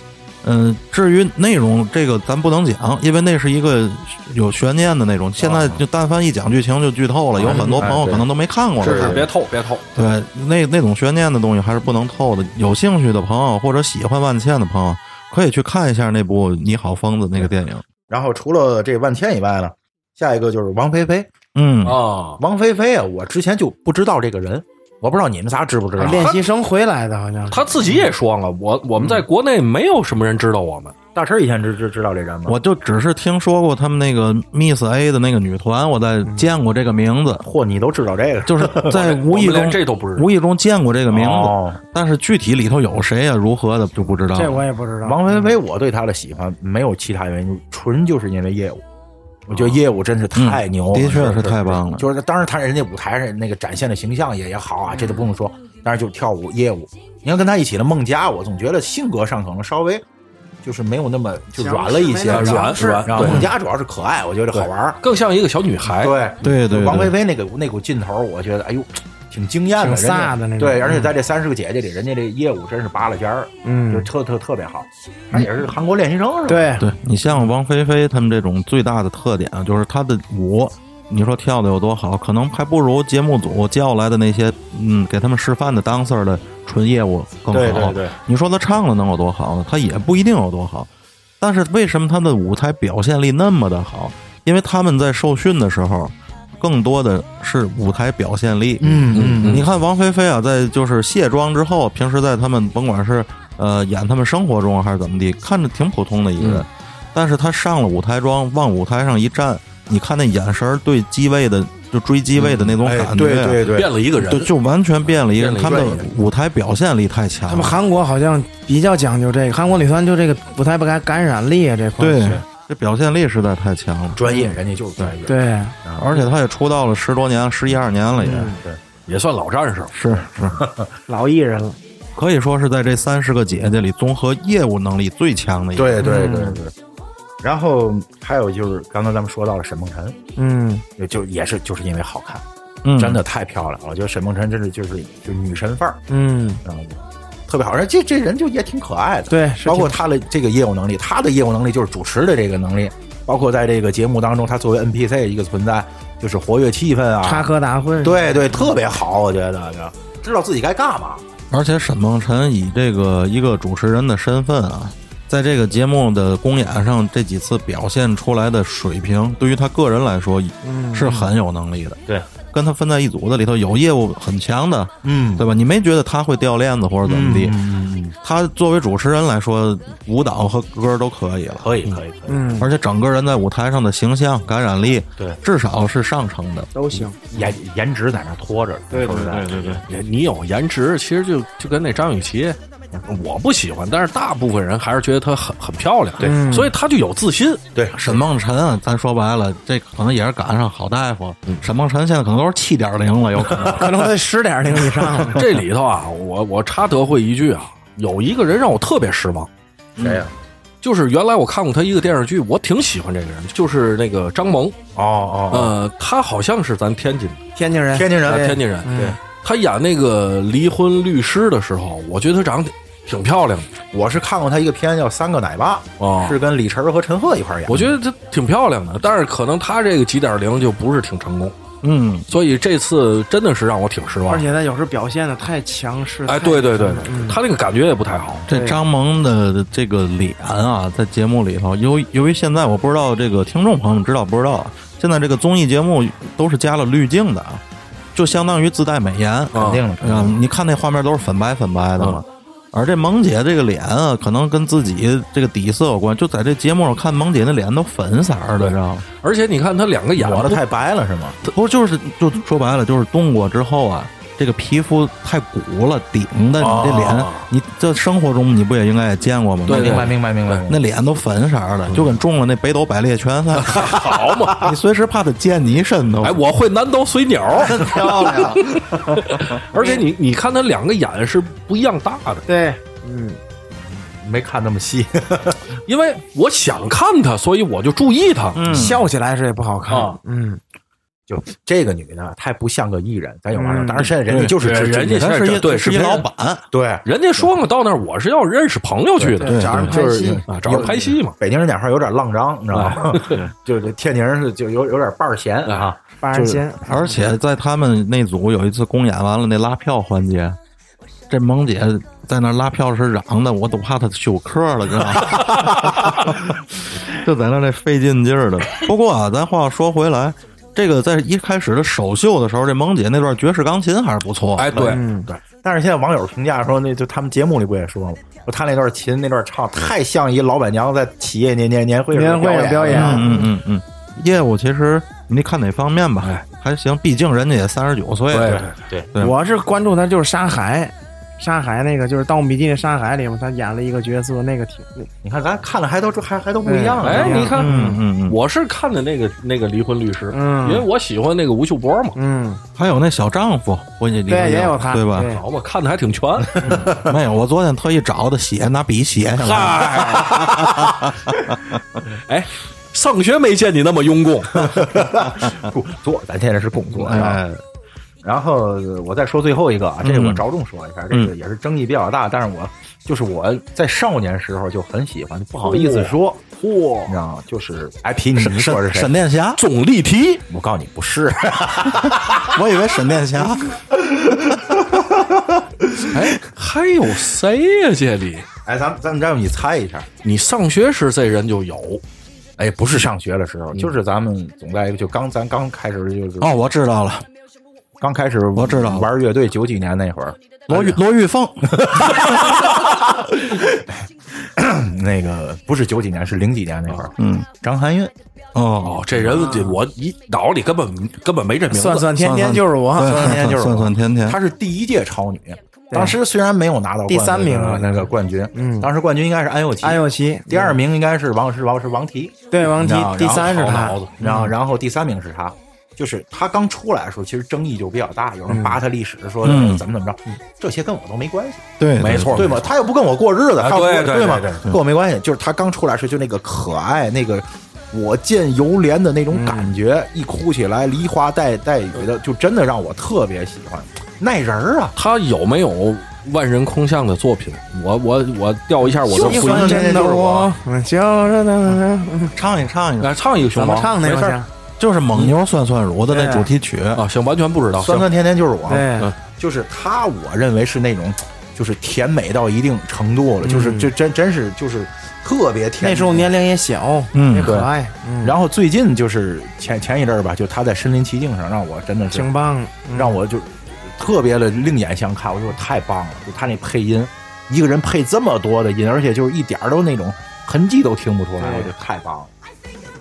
S2: 嗯，至于内容这个咱不能讲，因为那是一个有悬念的那种。现在就但凡一讲剧情就剧透了，有很多朋友可能都没看过。
S3: 是
S4: 别透别透，
S2: 对，那那种悬念的东西还是不能透的。有兴趣的朋友或者喜欢万茜的朋友，可以去看一下那部《你好，疯子》那个电影。
S3: 然后除了这万千以外呢，下一个就是王菲菲。
S2: 嗯，
S4: 啊，
S3: 王菲菲啊，我之前就不知道这个人，我不知道你们仨知不
S2: 啊
S3: 知道。
S5: 练习生回来的好像是。
S4: 他自己也说了，我我们在国内没有什么人知道我们，
S1: 大陈以前知知知道这人吗？
S2: 我就只是听说过他们那个 Miss A 的那个女团，我在见过这个名 字，
S1: 嚯，你都知道这个，
S2: 就是在无
S4: 嗯我
S2: 意
S4: 们连
S2: 中
S4: 这都不知道
S2: 无。意中见过这个名字，
S1: 哦
S2: 但是具体里头有谁啊、如何的就不知道。
S5: 这我啊也不知
S2: 啊
S5: 道。
S3: 王
S2: 嗯
S3: 菲菲，我对她的喜欢没有其他原因，纯就是因为业务。我觉得业务真是太牛了，
S2: 嗯的确
S3: 是
S2: 是太棒了
S3: 就是当然，他人家舞台上那个展现的形象也也好啊，这都不用说。
S5: 嗯
S3: 但是就是跳舞业务，你看跟他一起的孟佳，我总觉得性格上可能稍微就是没有那么就软了一些，
S5: 强势
S3: 然后
S5: 没那么
S4: 强势
S3: 然后
S4: 对
S3: 孟佳主要是可爱，我觉得好玩儿。
S4: 更像一个小女孩，
S3: 对
S2: 哎对对对
S3: 王菲菲那个那股劲头，我觉得哎呦，挺惊艳的，
S5: 挺飒的那
S3: 人家
S5: 种
S3: 对，而
S2: 嗯
S3: 且在这三十个姐姐里，人家这业务真是拔了尖儿，就
S5: 嗯，
S3: 特特特别好。她也是韩国练习生是吧？，
S5: 对，
S2: 对你像王菲菲他们这种最大的特点啊，就是她的舞，你说跳的有多好，可能还不如节目组叫来的那些，嗯，给他们示范的 dancer 的纯业务更好。
S1: 对对对，
S2: 你说她唱的能有多好呢？她也不一定有多好。但是为什么她的舞台表现力那么的好？因为他们在受训的时候，更多的是舞台表现力。嗯嗯，你看王菲菲啊，在就是卸妆之后，平时在他们甭管是呃演他们生活中还是怎么地，看着挺普通的一个人，但是她上了舞台妆，往舞台上一站，你看那眼神儿对机位的就追机位的那种
S3: 哎
S2: 感觉，啊
S3: 对对对，
S4: 变了一个人
S2: 就，就完全变了一个人。
S4: 变
S2: 他
S4: 了一
S2: 们
S4: 个
S2: 的舞台表现力太强
S5: 他
S2: 了
S5: 们。韩国好像比较讲究这个，韩国女团就这个舞台不感感染力啊这块。
S2: 对，这表现力实在太强了，
S3: 专业人家就是专业。
S5: 对，
S2: 而且他也出道了十多年，十一二年了也，
S3: 嗯
S5: 嗯
S4: 也算老战士了。
S2: 是是，
S5: 老艺人了。
S2: 可以说是在这三十个姐姐里，综合业务能力最强的一个。
S3: 对对对对。
S5: 嗯
S3: 然后还有就是刚刚咱们说到了沈梦辰，
S5: 嗯，
S3: 就就也是就是因为好看，
S2: 嗯，
S3: 真的太漂亮了。我觉得沈梦辰真是就是就女神范儿，
S5: 嗯，
S3: 然后特别好。而且这这人就也挺可爱的，
S5: 对，是
S3: 包括
S5: 挺
S3: 他的这个业务能力，他的业务能力就是主持的这个能力，包括在这个节目当中，他作为 NPC 一个存在，就是活跃气氛
S5: 插
S3: 啊，
S5: 科打 诨。，
S3: 对对，特别好，我觉得就知道自己该干嘛。
S2: 而且沈梦辰以这个一个主持人的身份啊，在这个节目的公演上，这几次表现出来的水平，对于他个人来说
S5: 嗯
S2: 是很有能力的。
S1: 对，
S2: 跟他分在一组的里头有业务很强的，
S3: 嗯，
S2: 对吧？你没觉得他会掉链子或者怎么地？
S3: 嗯，
S2: 他作为主持人来说，舞蹈和歌都可以了。
S1: 可以可以可以，
S5: 嗯，
S2: 而且整个人在舞台上的形象感染力，
S1: 对，
S2: 至少是上乘的。
S5: 都行。
S1: 颜颜值在那拖着呢，对对
S2: 对对，
S4: 你你有颜值，其实就就跟那张雨绮，我不喜欢，但是大部分人还是觉得她很很漂亮，对，所以她就有自信，。
S3: 对，
S2: 沈梦辰啊，咱说白了，这可能也是赶上好大夫。沈梦辰现在可能都是七点零了，有可能
S5: 可能得十点零以上了
S4: 这里头啊，我我插德惠一句啊，有一个人让我特别失望，
S3: 谁呀？
S4: 就是原来我看过他一个电视剧，我挺喜欢这个人，就是那个张萌，
S3: 哦哦，啊
S4: 呃，他好像是咱天津
S5: 天津人，
S3: 天津
S4: 的，
S3: 人，
S4: 啊天津人，
S5: 嗯
S4: 他演那个离婚律师的时候，我觉得他长得挺漂亮的
S3: 我是看过他一个片叫《三个奶爸》，
S4: 啊，
S3: 是跟李晨儿和陈赫一块儿演的。
S4: 我觉得她挺漂亮的，但是可能她这个几点零就不是挺成功，
S2: 嗯，
S4: 所以这次真的是让我挺失望
S5: 而。且他有时候表现的太强势。
S4: 哎，
S5: 太
S4: 对对对，
S5: 嗯
S4: 他那个感觉也不太好。
S2: 这张萌的这个脸啊，在节目里头，由由于现在我不知道这个听众朋友们知道不知道，现在这个综艺节目都是加了滤镜的啊，就相当于自带美颜。
S4: 肯
S3: 定的
S2: 嗯，你看那画面都是粉白粉白的嘛。而这萌姐这个脸啊，可能跟自己这个底色有关。就在这节目上看萌姐那脸都粉色儿的，知道吗？
S4: 而且你看他两个眼
S3: 我的
S4: 不
S3: 太白了是吗？
S2: 不就是就说白了，就是动过之后啊，这个皮肤太鼓了，顶的你这脸
S4: 哦，
S2: 你这生活中你不也应该也见过吗？
S4: 对
S2: 那
S3: 明白明白明白。
S2: 那脸都粉色儿的，就跟中了那北斗百裂拳似的，
S4: 嗯好嘛！
S2: 你随时怕它溅你一身都。
S4: 哎，我会南斗水鸟，
S2: 漂 亮！
S4: 而且你你看他两个眼是不一样大的，
S5: 对，嗯，
S3: 没看那么细，
S4: 因为我想看他，所以我就注意他。
S2: 嗯
S5: 笑起来是也不好看
S4: 啊，
S5: 嗯，
S3: 就这个女的太不像个艺人，咱有话说。
S5: 嗯
S3: 当然，现在人家就是
S4: 对
S3: 知
S4: 人
S3: 知
S4: 家
S2: 他
S4: 是
S2: 是一
S4: 对
S2: 是一
S4: 是
S2: 老板，
S3: 对，
S4: 人家说嘛，到那儿我是要认识朋友去的，
S5: 找人拍
S3: 就是
S5: 戏，
S4: 啊，找人拍戏嘛。
S3: 北京人讲话有点浪张，你知道吗？ 就这天津人是就有有点半儿闲啊，
S5: 八人间，
S2: 而且在他们那组有一次公演完了那拉票环节，这萌姐在那拉票时嚷的，我都怕她休克了，知道吗？ 就在那那费劲劲儿的。不过啊，咱话说回来，这个在一开始的首秀的时候，这萌姐那段爵士钢琴还是不错。
S4: 哎，对，
S5: 嗯，
S3: 对，但是现在网友评价说，那就他们节目里不也说吗？说他那段琴那段唱太像一老板娘在企业年年年会
S5: 年会上
S3: 表
S5: 表
S3: 演
S5: 演
S3: 了。
S2: 嗯嗯嗯嗯，哎业务其实你得看哪方面吧，还行，毕竟人家也三十九岁了。
S4: 对
S2: 对
S5: 嗯我是关注他就是沙海，沙海那个就是《盗墓笔记》那沙海里面，他演了一个角色，那个挺
S3: 你看咱看了还都还还都不一样啊。
S4: 哎，你看，
S2: 嗯嗯嗯，
S4: 我是看的那个那个离婚律师，
S5: 嗯
S4: 因为我喜欢那个吴秀波嘛，
S5: 嗯，
S2: 还有那小丈夫，我也理解
S5: 对，也有他，
S2: 对吧？
S4: 好嘛，看的还挺全。
S2: 没有，我昨天特意找的写，拿笔写下来。
S4: 嗨， 哎，上学没见你那么用功，
S3: 工作，咱现在是工作啊。
S2: 哎，
S3: 然后呃我再说最后一个啊，这个我
S2: 嗯
S3: 着重说一下，这个也是争议比较大，但是我就是我在少年时候就很喜欢，不好意思说，
S4: 嚯
S3: 你知道吗？就是哎，皮，你你说是谁
S2: 沈？殿霞，
S4: 总力提，
S3: 我告诉你，不是，
S2: 我以为沈殿霞。
S4: 哎，还有谁呀、这里，
S3: 哎，咱们咱们咱们你猜一下，
S4: 你上学时这人就有，
S3: 哎，不是上学的时候，就是咱们总在就刚咱刚开始就是
S2: 哦，我知道了，
S3: 刚开始我
S2: 知道了
S3: 玩乐队九几年那会儿，
S2: 罗玉罗玉 凤。
S3: 那个不是九几年，是零几年那会儿，
S2: 嗯，
S3: 张含韵，
S2: 哦，
S4: 哦，这人这我一脑里根本根本没这名字，
S5: 算算天天就是我，
S2: 对
S3: 酸甜就是我
S2: 算算甜甜
S3: 她。是第一届超女，当时虽然没有拿到
S5: 第三名
S3: 啊
S5: 啊
S3: 那个冠军，
S5: 嗯
S3: 当时冠军应该是安又琪，
S5: 安又琪，
S3: 第二名应该是王是王是王提，
S5: 对王
S3: 你
S5: 提
S3: 知道，
S5: 第三是
S3: 然后
S5: 他
S3: 好脑，子然后
S4: 嗯
S3: 然后第三名是他。就是他刚出来的时候，其实争议就比较大，有人扒他历史，说
S2: 嗯
S3: 怎么怎么着，这些跟我都没关系。
S2: 对，
S4: 没错
S3: 对吗？他又不跟我过日子，
S4: 啊
S3: 他
S4: 对
S3: 我
S4: 对
S3: 对吗
S4: 对对？
S3: 跟我没关系。就是他刚出来时就那个可爱，那个我见犹怜的那种
S4: 嗯
S3: 感觉，一哭起来梨花带带雨的，就真的让我特别喜欢，耐人儿啊。
S4: 他有没有万人空巷的作品？我我我调一下我的
S5: 喜
S4: 回忆
S5: 欢真的我，嗯就是那，
S2: 唱一唱一个，
S4: 来啊唱一个熊
S5: 怎
S4: 猫
S5: 么，唱那
S4: 没事
S5: 个
S4: 儿
S5: 去？
S3: 啊
S2: 就是蒙牛酸酸乳的那主题曲。
S4: 啊，行，完全不知道，
S3: 酸
S4: 行
S3: 酸甜甜就是我，
S5: 对，
S3: 就是他，我认为是那种，就是甜美到一定程度了，就是
S5: 嗯
S3: 就真真是就是特别甜。
S5: 那时候年龄也小，
S2: 嗯
S5: 也可爱，嗯，
S3: 然后最近就是前前一阵儿吧，就他在身临其境上，让我真的是
S5: 挺棒，嗯
S3: 让我就特别的另眼相看，我觉得太棒了，就他那配音，一个人配这么多的音，而且就是一点儿都那种痕迹都听不出来，
S5: 对
S3: 我觉得太棒了。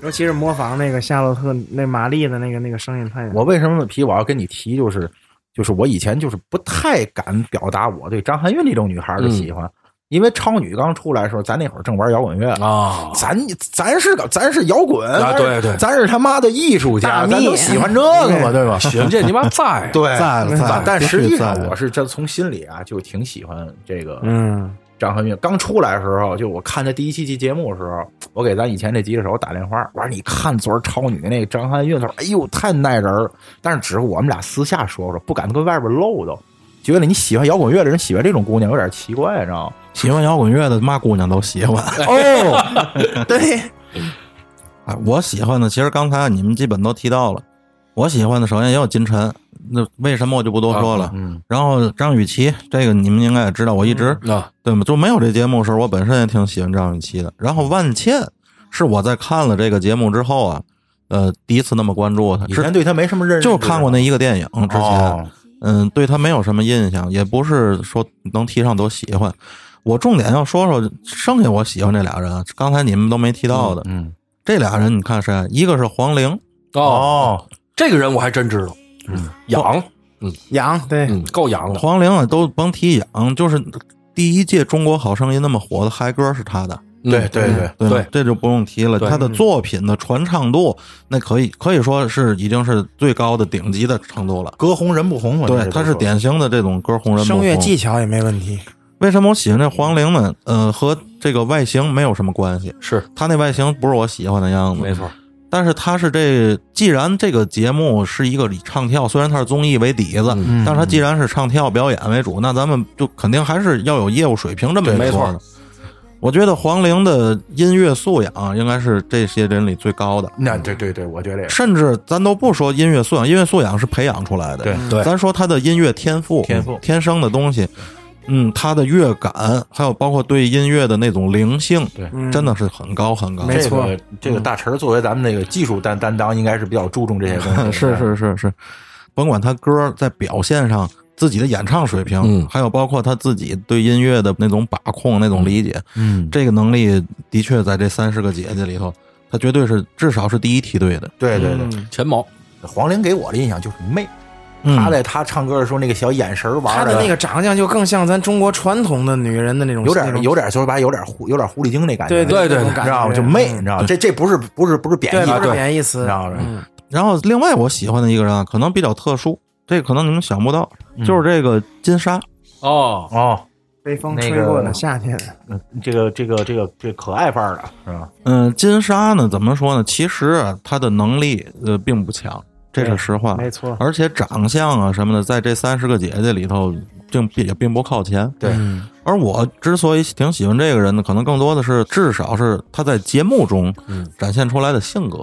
S5: 尤其是模仿那个夏洛特那玛丽的那个那个声音太，
S3: 我为什么皮我要跟你提，就是就是我以前就是不太敢表达我对张含韵这种女孩
S4: 嗯
S3: 儿的喜欢，因为超女刚出来的时候，咱那会儿正玩摇滚乐。
S4: 啊。
S3: 咱咱是个咱是摇滚咱
S4: 啊
S3: 是
S4: 对对
S3: 咱是他妈的艺术家，
S5: 大蜜
S3: 咱都喜欢这个 嘛，对吧？，
S4: 行，这你妈 在啊
S3: 对，
S2: 在了在了
S3: 但
S2: 必须
S3: 实际
S2: 在
S3: 上
S2: 了
S3: 我是真从心里啊就挺喜欢这个，
S5: 嗯，
S3: 张含韵刚出来的时候，就我看他第一期期节目的时候，我给咱以前这吉他手打电话，我说你看昨儿超女那个张含韵，他说哎呦太耐人儿，但是只是我们俩私下说说，不敢跟外边露都，觉得你喜欢摇滚乐的人喜欢这种姑娘有点奇怪，你知道吗？
S2: 喜欢摇滚乐的嘛姑娘都喜 欢。
S3: 哦，对，
S2: 哎，我喜欢的其实刚才你们基本都提到了。我喜欢的首先也有金晨，那为什么我就不多说了。
S3: 嗯，
S2: 然后张雨绮，这个你们应该也知道，我一直
S4: 啊，
S2: 对吗？就没有这节目的时候，我本身也挺喜欢张雨绮的。然后万茜是我在看了这个节目之后啊，呃，第一次那么关注她，
S3: 以
S2: 之
S3: 前对他没什么认识，
S2: 就看过那一个电影之前，
S3: 哦
S2: 嗯，对她没有什么印象，也不是说能提上多喜欢。我重点要说说剩下我喜欢这俩人啊，刚才你们都没提到的、
S3: 嗯，
S2: 这俩人，你看谁？一个是黄龄，
S4: 哦，
S3: 哦，
S4: 这个人我还真知道，养
S5: 养对，
S4: 嗯，够洋的，
S2: 黄龄啊都甭提养，就是第一届中国好声音那么火的嗨歌是他的，
S4: 嗯
S3: 对嗯对对，
S2: 对吧
S4: 对
S2: 这就不用提了。
S4: 对
S2: 他的作品的传唱度，那可以可以说是已经是最高的顶级的程度了。
S3: 歌红人不红嘛，
S2: 对，
S3: 这
S2: 他
S3: 就是说
S2: 典型的这种歌红人不
S5: 声乐
S2: 红
S5: 技巧也没问
S3: 嗯
S5: 题。
S2: 为什么我喜欢这黄龄呢？呃，和这个外形没有什么关系，
S4: 是
S2: 她那外形不是我喜欢的样子，
S4: 没错。
S2: 但是她是这，既然这个节目是一个以唱跳，虽然它是综艺为底子，
S4: 嗯
S2: 但是它既然是唱跳表演为主，那咱们就肯定还是要有业务水平这么一
S4: 对没错
S2: 说的。我觉得黄龄的音乐素养应该是这些人里最高的，
S3: 那对对对，我觉得也是
S2: 甚至咱都不说音乐素养，音乐素养是培养出来的。
S3: 对
S4: 对
S2: 咱说他的音乐天赋，嗯
S3: 天赋
S2: 天生的东西，嗯，他的乐感，还有包括对音乐的那种灵性，
S3: 对
S5: 嗯
S2: 真的是很高很高。
S5: 没错
S3: 这个这
S2: 嗯
S3: 个大陈儿作为咱们那个技术担担当，应该是比较注重这些东西。
S2: 是是是是，甭管他歌在表现上自己的演唱水平，
S4: 嗯
S2: 还有包括他自己对音乐的那种把控、那种理解，
S3: 嗯，
S2: 这个能力的确在这三十个姐姐里头，他绝对是至少是第一梯队的。
S3: 对对对，
S5: 嗯
S4: 钱毛，
S3: 黄龄给我的印象就是媚，
S2: 嗯
S3: 她在她唱歌的时候那个小眼神儿玩
S5: 她
S3: 儿
S5: 的那个长相就更像咱中国传统的女人的那种，
S3: 有
S5: 那
S3: 点
S5: 种
S3: 有点说白，有点狐有点狐狸精那感觉，嗯
S5: 对
S4: 对对
S5: 那种
S3: 你
S5: 感
S3: 知
S5: 觉嗯
S3: 道吗？就媚，你知道吗？这这不是不是不是贬
S5: 对，
S3: 义啊，
S5: 不是贬义词，
S3: 你知道吗？
S5: 嗯
S2: 然后，另外我喜欢的一个人啊，可能比较特殊，这可能你们想不到，就是这个金莎。
S4: 哦，
S3: 哦，
S5: 被风
S3: 那
S5: 吹过的
S3: 个
S5: 夏天，
S3: 嗯这个这个这个这个可爱范儿的是吧？
S2: 嗯，金莎呢，怎么说呢？其实啊她的能力呃并不强，这是实话。
S5: 没错，
S2: 而且长相啊什么的，在这三十个姐姐里头，并也并不靠前。
S3: 对，嗯
S2: 而我之所以挺喜欢这个人呢，可能更多的是至少是她在节目中展现出来的性格。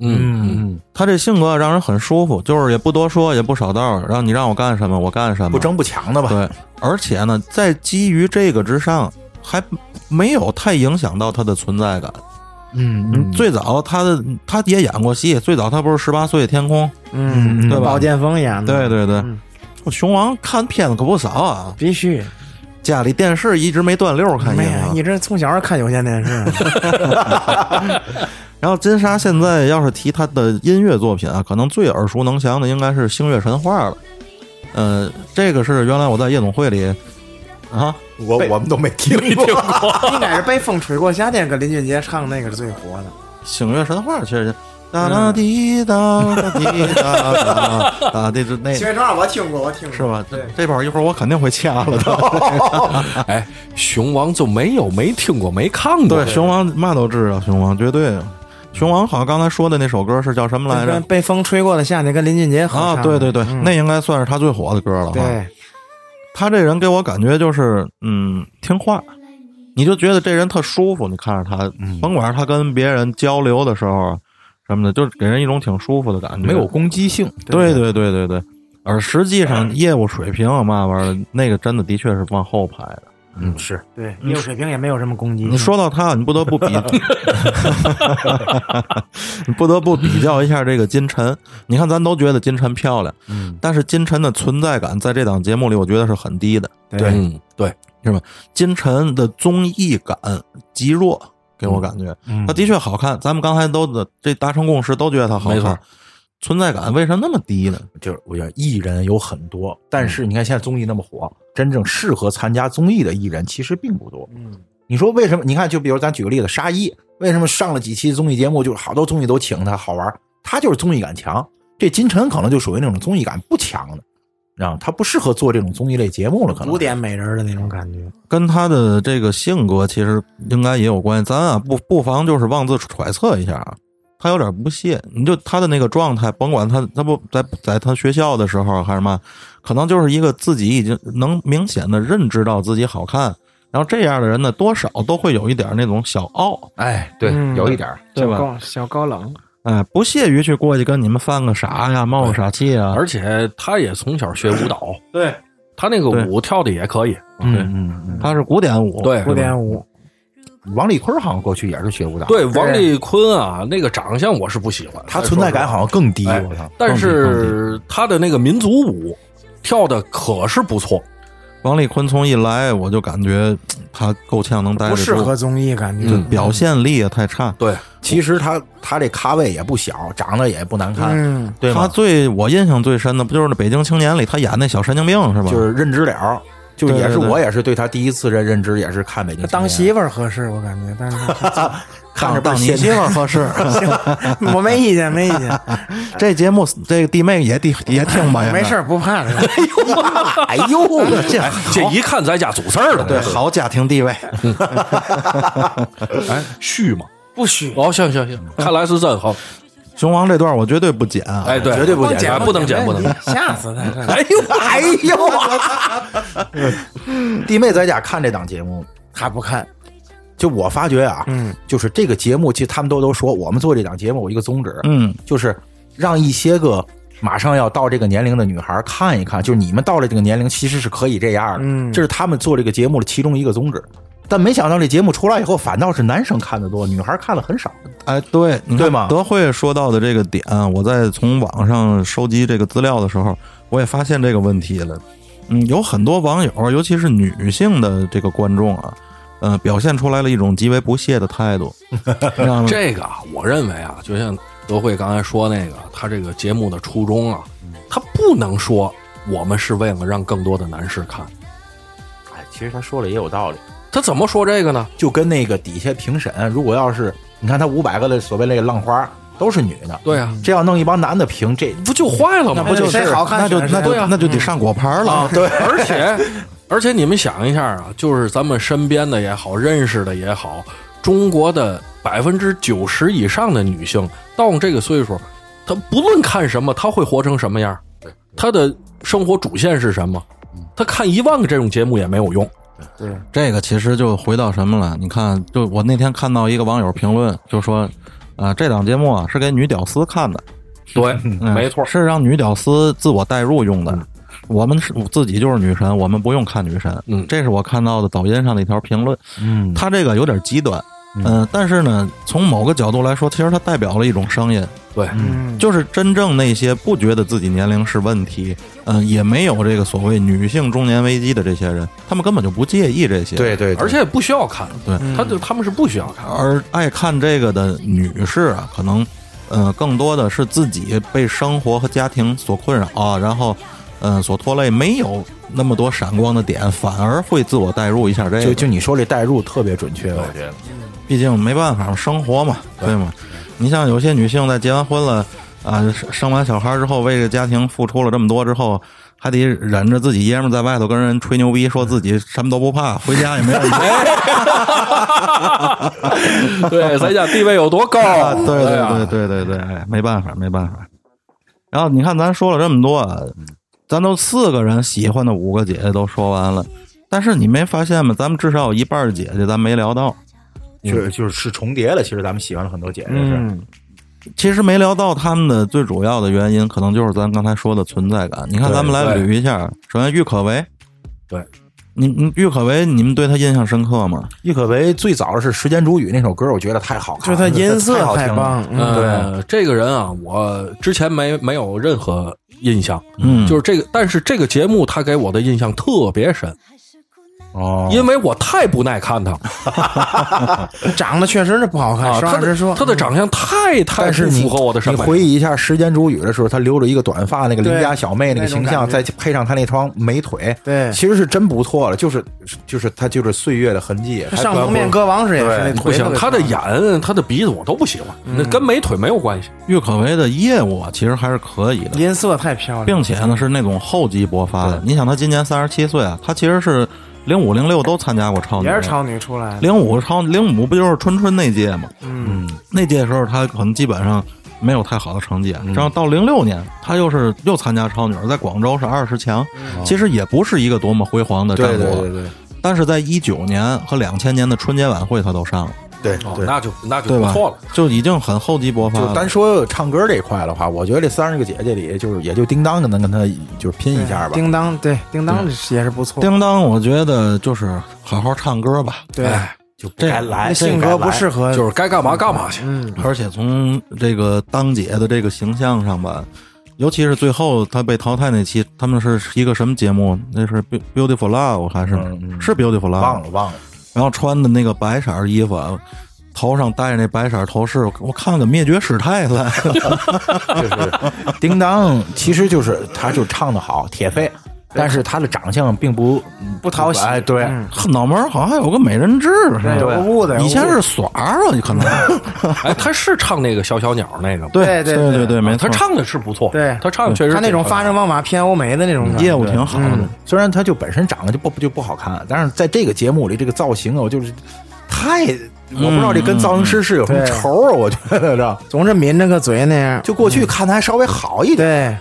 S4: 嗯，
S3: 嗯，
S2: 她这性格让人很舒服，就是也不多说，也不少道，让你让我干什么我干什么，
S3: 不争不抢的吧？
S2: 对，而且呢，在基于这个之上，还没有太影响到他的存在感。
S3: 嗯
S2: 嗯，最早他的他也演过戏，最早他不是十八岁的天空？
S5: 嗯，
S2: 对吧
S5: 宝剑锋演的，
S2: 对对对
S5: 嗯，
S2: 我熊王看片子可不少啊，
S5: 必须，哎
S2: 家里电视一直没断溜儿看
S5: 没
S2: 见
S5: 有，
S2: 啊
S5: 你。这从小看有线电视，
S2: 然后金莎现在要是提她的音乐作品啊，可能最耳熟能详的应该是《星月神话》了。呃，这个是原来我在夜总会里啊，
S3: 我我们都没听过，
S5: 应该是被风吹过夏天，跟林俊杰唱那个是最火
S2: 《
S5: 的。
S2: 星月神话》确实。哒啦滴哒哒滴哒哒哒，这就那
S5: 七月正好我听过，我听过，
S2: 哎是吧？这
S5: 对
S2: 这part 一会儿我肯定会掐 了的。
S4: 哎，熊王就没有没听过没看过，
S2: 对，熊王嘛都知道，熊王绝对。熊王好像刚才说的那首歌是叫什么来着
S5: 跟？被风吹过的夏天跟林俊杰合唱
S2: 啊，
S5: 的
S2: 对对对，
S5: 嗯
S2: 那应该算是他最火的歌了。哈。
S5: 对，
S2: 他这人给我感觉就是，嗯，听话，你就觉得这人特舒服。你看着他，甭管是他跟别人交流的时候什么的，就是给人一种挺舒服的感觉。
S1: 没有攻击性，
S2: 对对对对对，而实际上业务水平啊嘛玩意儿，那个真的的确是往后排的。
S1: 嗯，是
S5: 对，业务水平也没有什么攻击性。
S2: 你说到他，你不得不比，你不得不比较一下这个金晨。你看，咱都觉得金晨漂亮，
S3: 嗯，
S2: 但是金晨的存在感在这档节目里，我觉得是很低的。
S5: 对，
S4: 嗯，对，
S2: 金晨的综艺感极弱，给我感觉，
S3: 嗯
S2: 她的确好看。咱们刚才都的这达成共识，都觉得她好
S4: 没
S2: 看
S4: 错。
S2: 存在感为什么那么低呢？
S3: 就是我觉得艺人有很多，但是你看现在综艺那么火，真正适合参加综艺的艺人其实并不多。
S5: 嗯，
S3: 你说为什么？你看，就比如咱举个例子，沙溢为什么上了几期综艺节目，就是好多综艺都请他好玩儿？他就是综艺感强。这金晨可能就属于那种综艺感不强的，啊，他不适合做这种综艺类节目了，可能
S5: 古典美人的那种感觉。
S2: 跟她的这个性格其实应该也有关系。咱啊不不妨就是妄自揣测一下啊，她有点不屑。你就她的那个状态，甭管她她不在在她学校的时候还是嘛，可能就是一个自己已经能明显的认知到自己好看，然后这样的人呢，多少都会有一点那种小傲。
S3: 哎，对，
S5: 嗯
S3: 有一点儿，
S2: 对吧
S5: 小高小高冷，
S2: 哎，不屑于去过去跟你们犯个傻呀，冒个傻气啊。
S4: 而且他也从小学舞蹈，
S5: 对，
S4: 他那个
S2: 对
S4: 舞跳的也可以，
S3: 嗯嗯
S2: 他是古典舞，，
S4: 对，
S5: 古典舞，
S3: 嗯。王丽坤好像过去也是学舞蹈，，
S4: 对，王丽坤啊，那个长相我是不喜欢，
S3: 他存在感好像更低，我操，
S4: 但是他的那个民族舞跳的可是不错，
S2: 王丽坤从一来，我就感觉他够呛能待
S5: 不
S2: 得
S5: 适
S2: 住，
S5: 合综艺感觉。
S2: 嗯表现力也太差。
S3: 对，其实他他这咖位也不小，长得也不难看，
S5: 嗯，
S3: 对
S2: 他
S3: 吗？
S2: 最我印象最深的不就是那《北京青年》里他演那小神经病是吧？
S3: 就是认知了，就
S2: 对
S3: 也是
S2: 对对
S3: 我也是对他第一次认认知，也是看北京
S5: 当
S3: 青年
S5: 媳妇儿合适，我感觉，但是
S3: 看着倍
S2: 当
S3: 儿
S2: 你
S3: 仙
S2: 媳妇儿合 适。
S5: 我没意见，没意见，
S2: 这节目这个弟妹也弟也听 吧，
S5: 没事儿不怕的。
S3: 哎 呦，
S2: 这
S4: 这一看咱家主事儿了，
S2: 对好家庭地 位。
S4: 哎，续嘛，
S5: 不虚，
S4: 哦，行行行，
S3: 嗯
S4: 看来是真好，
S2: 熊王这段我绝对不剪啊，
S4: 哎，对，
S3: 绝对不剪
S4: 哎不能剪，不能剪。
S5: 吓死他！这
S4: 哎呦，
S3: 哎呦， 弟妹在家看这档节目，
S5: 他不看，
S3: 就我发觉啊，
S5: 嗯，
S3: 就是这个节目，其实他们都都说，我们做这档节目有一个宗旨，
S2: 嗯，
S3: 就是让一些个马上要到这个年龄的女孩看一看，就是你们到了这个年龄，其实是可以这样的，
S5: 嗯
S3: 这是他们做这个节目的其中一个宗旨。但没想到这节目出来以后，反倒是男生看的多，女孩看的很少。
S2: 哎，对，你看
S3: 对吗
S2: 德惠说到的这个点，我在从网上收集这个资料的时候，我也发现这个问题了。嗯，有很多网友，尤其是女性的这个观众啊，呃，表现出来了一种极为不屑的态 度。让
S4: 这个啊我认为啊，就像德惠刚才说那个，他这个节目的初衷啊，
S3: 嗯
S4: 他不能说我们是为了让更多的男士看，
S3: 哎，其实他说的也有道理，
S4: 他怎么说这个呢？
S3: 就跟那个底下评审，如果要是你看他五百个的所谓那个浪花都是女的，
S4: 对啊，
S3: 这要弄一帮男的评，这
S4: 不就坏了吗？
S3: 嗯那不就
S5: 谁
S3: 是
S5: 好看
S2: 那就
S5: 选谁
S2: 那就
S4: 对啊
S2: 那就得上果盘了。
S3: 啊对，
S4: 而且而且你们想一下啊，就是咱们身边的也好，认识的也好，中国的百分之九十以上的女性到这个岁数，她不论看什么，她会活成什么样，她的生活主线是什么，她看一万个这种节目也没有用。
S2: 这个其实就回到什么了？你看，就我那天看到一个网友评论，就说，啊、这档节目啊是给女屌丝看的，
S4: 对，
S2: 嗯
S4: 没错。
S2: 是让女屌丝自我代入用的。我们是自己就是女神，我们不用看女神。
S4: 嗯
S2: 这是我看到的抖音上的一条评论。
S3: 嗯，
S2: 他这个有点极端，嗯、但是呢，从某个角度来说，其实它代表了一种声音，
S4: 对，
S5: 嗯，
S2: 就是真正那些不觉得自己年龄是问题，嗯、也没有这个所谓女性中年危机的这些人，他们根本就不介意这些。。
S3: 对对，
S4: 而且也不需要看，
S2: 对
S4: 他就他们是不需要看。
S2: 而爱看这个的女士啊，可能，呃，更多的是自己被生活和家庭所困扰啊，然后，嗯、所拖累，没有那么多闪光的点，反而会自我代入一下这
S3: 就
S2: 个。
S3: 就你说这代入特别准确，我觉得。
S2: 毕竟没办法，生活嘛，对吗？你像有些女性在结完婚了啊，生生完小孩之后，为这个家庭付出了这么多之后，还得忍着自己爷们儿在外头跟人吹牛逼，说自己什么都不怕，回家也没问题。
S4: 对，咱家地位有多 高？
S3: 嗯
S2: 啊，对对
S4: 啊
S2: 对对对对，哎没办法，没办法。然后你看，咱说了这么多啊，咱都四个人喜欢的五个姐姐都说完了，但是你没发现吗？咱们至少有一半儿姐姐咱没聊到，
S3: 就是就是是重叠了。其实咱们喜欢了很多姐姐是，
S5: 嗯，
S2: 其实没聊到他们的最主要的原因，可能就是咱刚才说的存在感。你看，
S4: 对
S2: 咱们来
S4: 对
S2: 捋一下，首先郁可唯，
S4: 对，
S2: 你你郁可唯，你们对她印象深刻吗？
S3: 郁可唯最早是《时间煮雨》那首歌，我觉得太好看
S5: 就
S3: 了，
S5: 是他音色
S3: 啊好
S5: 太
S3: 听
S5: 棒
S3: 了。，
S5: 嗯，
S4: 呃，这个人啊，我之前没没有任何印象，
S2: 嗯
S4: 就是这个，但是这个节目他给我的印象特别深，
S3: 哦，
S4: 因为我太不耐看他了
S5: 长得确实是不好看，
S4: 啊，
S5: 实
S4: 他
S5: 话实
S4: 的
S5: 哎说，嗯
S4: 他的长相太太
S3: 但
S4: 不
S3: 是你
S4: 符合我的审
S3: 你
S4: 美。
S3: 回忆一下《时间煮雨》的时候，她留着一个短发，那个邻
S5: 对
S3: 家小妹那个形象，
S5: 那种
S3: 再
S5: 感
S3: 配上她那双美腿，
S5: 对
S3: 其实是真不错了。就是就是她就是岁月的痕迹。
S5: 他上蒙面歌王时也是嗯那
S3: 对
S5: 腿
S4: 不
S5: 特
S4: 行，
S5: 别
S4: 他的
S5: 长
S4: 眼、他的鼻子我都不喜欢，那跟美腿没有关系。
S2: 郁可唯的业务啊其实还是可以的，
S5: 音色太漂亮，
S2: 并且呢是那种厚积薄发的。你想，他今年三十七岁啊，他其实是零五零六都参加过超女，
S5: 也是超女出来的，
S2: 零五超零五不就是春春那届吗？
S5: 嗯，
S2: 那届的时候他可能基本上没有太好的成绩，啊
S3: 嗯
S2: 然后到零六年他又是又参加超女，在广州是二十强，其实也不是一个多么辉煌的战
S3: 对
S2: 果，
S3: 嗯对对对
S2: 但是在一九年和两千年的春节晚会他都上了，
S3: 对
S4: 哦，
S3: 对。
S4: 那就那就
S2: 对
S4: 不
S2: 吧
S4: 错了。？
S2: 就已经很厚积薄发
S3: 就
S2: 了
S3: 单。说唱歌这一块的话，我觉得这三十个姐姐里，就是也就叮当能跟她就是拼一下吧。
S5: 叮当对，叮当也是不错，
S2: 叮当，我觉得就是好好唱歌吧，
S5: 对，
S3: 就不该来
S5: 那性格不适
S3: 合。
S5: 合，
S4: 就是该干嘛干嘛去，
S5: 嗯，
S2: 而且从这个当姐的这个形象上吧，尤其是最后他被淘汰那期，他们是一个什么节目？那是 Beau- Beautiful Love 还是、
S3: 嗯嗯
S2: 是 Beautiful Love？
S3: 忘了忘了，
S2: 然后穿的那个白色儿衣服，啊头上戴着那白色儿头饰，我看个灭绝师太来了。
S3: 叮当其实就是他就唱的好，铁肺，但是他的长相并不
S5: 不讨喜嗯
S3: 哎，对，
S2: 脑门儿好像还有个美人痣，是吧
S5: 有个痦子，有个
S2: 以前
S5: 痦
S2: 是
S5: 子
S2: 耍儿啊， 可能
S4: 哎，他是唱那个小小鸟那个吗，啊
S5: 对
S2: 对
S5: 对对
S2: 对对，
S3: 啊
S2: 没
S4: 他
S2: 错，
S4: 唱的是不错，
S5: 对
S4: 他唱的确实
S5: 他那种发
S4: 声。
S5: 声方法偏欧美的那种感觉
S2: 业务挺
S3: 嗯
S2: 好的。
S3: 虽然他就本身长得就不就不好看，但是在这个节目里，这个造型啊，我就是太，我不知道这跟造型师是有什么
S5: 嗯对
S3: 仇啊，我觉得这
S5: 总是抿着个嘴那样。
S3: 就过去看他还稍微好一点，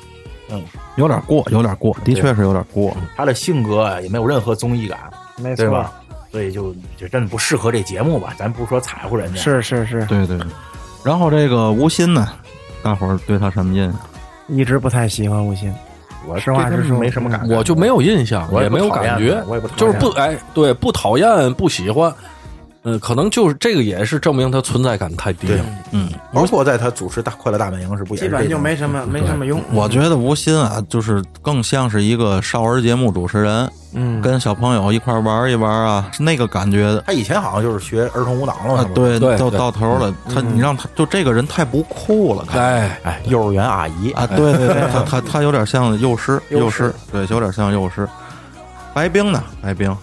S5: 对，
S2: 有点过，有点过，的确是有点过。
S3: 他的性格啊也没有任何综艺感，
S5: 没
S3: 对
S5: 错，
S3: 吧？所以就就真的不适合这节目吧，咱不是说踩乎人家，
S5: 是是是，
S2: 对对。对然后这个吴昕呢，大伙儿对他什么印象？
S5: 一直不太喜欢吴昕。
S3: 我
S5: 实话
S3: 对他
S5: 实说
S3: 没什么感觉，
S4: 我就没有印象，
S3: 我也
S4: 也
S3: 不
S4: 没有
S3: 讨厌
S4: 感觉
S3: 他我也不讨，厌
S4: 就是不哎，对，不讨厌，不喜欢，嗯，可能就是这个也是证明他存在感太低了。
S2: 嗯
S3: 包括在他主持大快乐大本营时，不也
S5: 基
S3: 是
S5: 本
S3: 这
S5: 就
S3: 种
S5: 没什么没什么用。
S2: 我觉得吴昕啊，就是更像是一个少儿节目主持人，
S5: 嗯，
S2: 跟小朋友一块儿玩一玩啊，是那个感觉的。
S3: 他以前好像就是学儿童舞蹈了嘛
S2: 啊，，
S3: 他不
S2: 对，
S3: 是，
S4: 对
S2: 到
S4: 对
S2: 到头了，他你让他就这个人太不酷了，感
S4: 哎，
S3: 哎，幼儿园阿姨
S2: 觉啊，对对对，他他他有点像幼师，幼师，对，有点像幼师。白冰呢？白冰，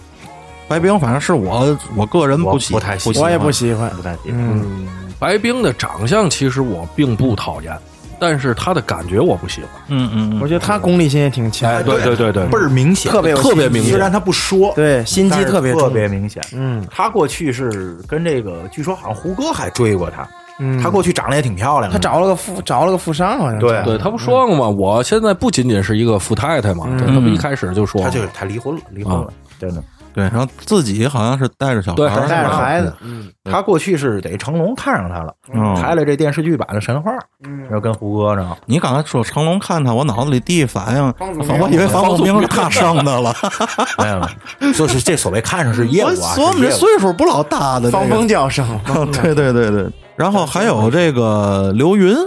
S2: 白冰，反正是我我个人
S3: 我
S2: 不喜，
S3: 不太喜
S2: 喜
S3: 欢
S5: 我也
S2: 欢
S5: 不喜欢。
S3: 不太行，
S5: 嗯，
S4: 白冰的长相其实我并不讨厌，但是她的感觉我不喜欢。
S2: 嗯嗯
S5: 我
S2: 嗯，
S5: 觉得他功利心也挺
S3: 哎
S5: 强，
S4: 对对对对，
S3: 倍儿明显，
S5: 特别有
S4: 特别明
S3: 虽
S4: 显。
S3: 然他不说，
S5: 对心
S3: 但
S5: 机
S3: 是
S5: 特别
S3: 特
S5: 重。
S3: 别明显。
S5: 嗯
S3: 他过去是跟这个，据说好像胡歌还追过他，
S5: 嗯，
S3: 他过去长得也挺漂亮
S5: 他
S3: 的。
S5: 找了个富找了个富商，好像
S3: 嗯对
S4: 对，他不说了吗？我现在不仅仅是一个富太太嘛，对他不一开始就说
S3: 他嗯
S4: 了
S3: 就是他离婚了，离婚了，真的。
S2: 对，然后自己好像是带着小孩
S4: 对
S2: 儿，
S5: 带着
S2: 是吧
S5: 孩子，嗯
S3: 他过去是得成龙看上他了，
S2: 嗯
S3: 拍了这电视剧版的《神话》，
S5: 嗯
S3: 然后跟胡 歌呢，
S2: 你刚才说成龙看他，我脑子里第一反应，
S5: 方祖名
S2: 我以为房祖名是他生的 了。
S3: 没有，没有就是这所谓看上是业务
S2: 我
S3: 啊，
S2: 所以我们这
S3: 是业务
S2: 岁数不老大的，这个啊
S5: 方风叫 声，
S2: 对对对对。然后还有这个刘云，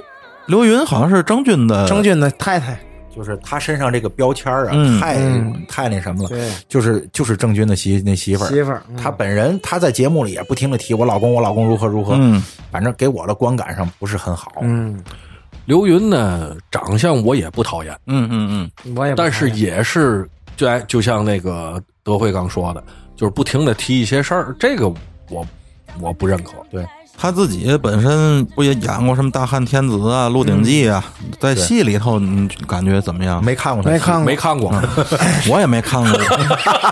S2: 刘云好像是郑钧的，
S5: 郑钧的太太，
S3: 就是他身上这个标签啊，
S2: 嗯
S3: 太
S5: 嗯
S3: 太那什么了，
S5: 对
S3: 就是就是郑钧的媳那媳妇儿，
S5: 媳妇儿，嗯
S3: 他本人他在节目里也不停的提我老公，我老公如何如何，
S2: 嗯，
S3: 反正给我的观感上不是很好。
S5: 嗯，
S4: 刘云呢，长相我也不讨厌，
S2: 嗯嗯
S5: 我也不
S4: 但是
S5: 讨厌
S4: 也是就哎，就像那个德惠刚说的，就是不停的提一些事儿，这个我我不认可。对，
S2: 嗯，他自己本身不也演过什么《大汉天子》啊，《鹿鼎记》啊，在戏里头你感觉怎么样？
S3: 没看过他戏，
S5: 没看过，
S4: 没看过，
S3: 嗯
S2: 我也没看过。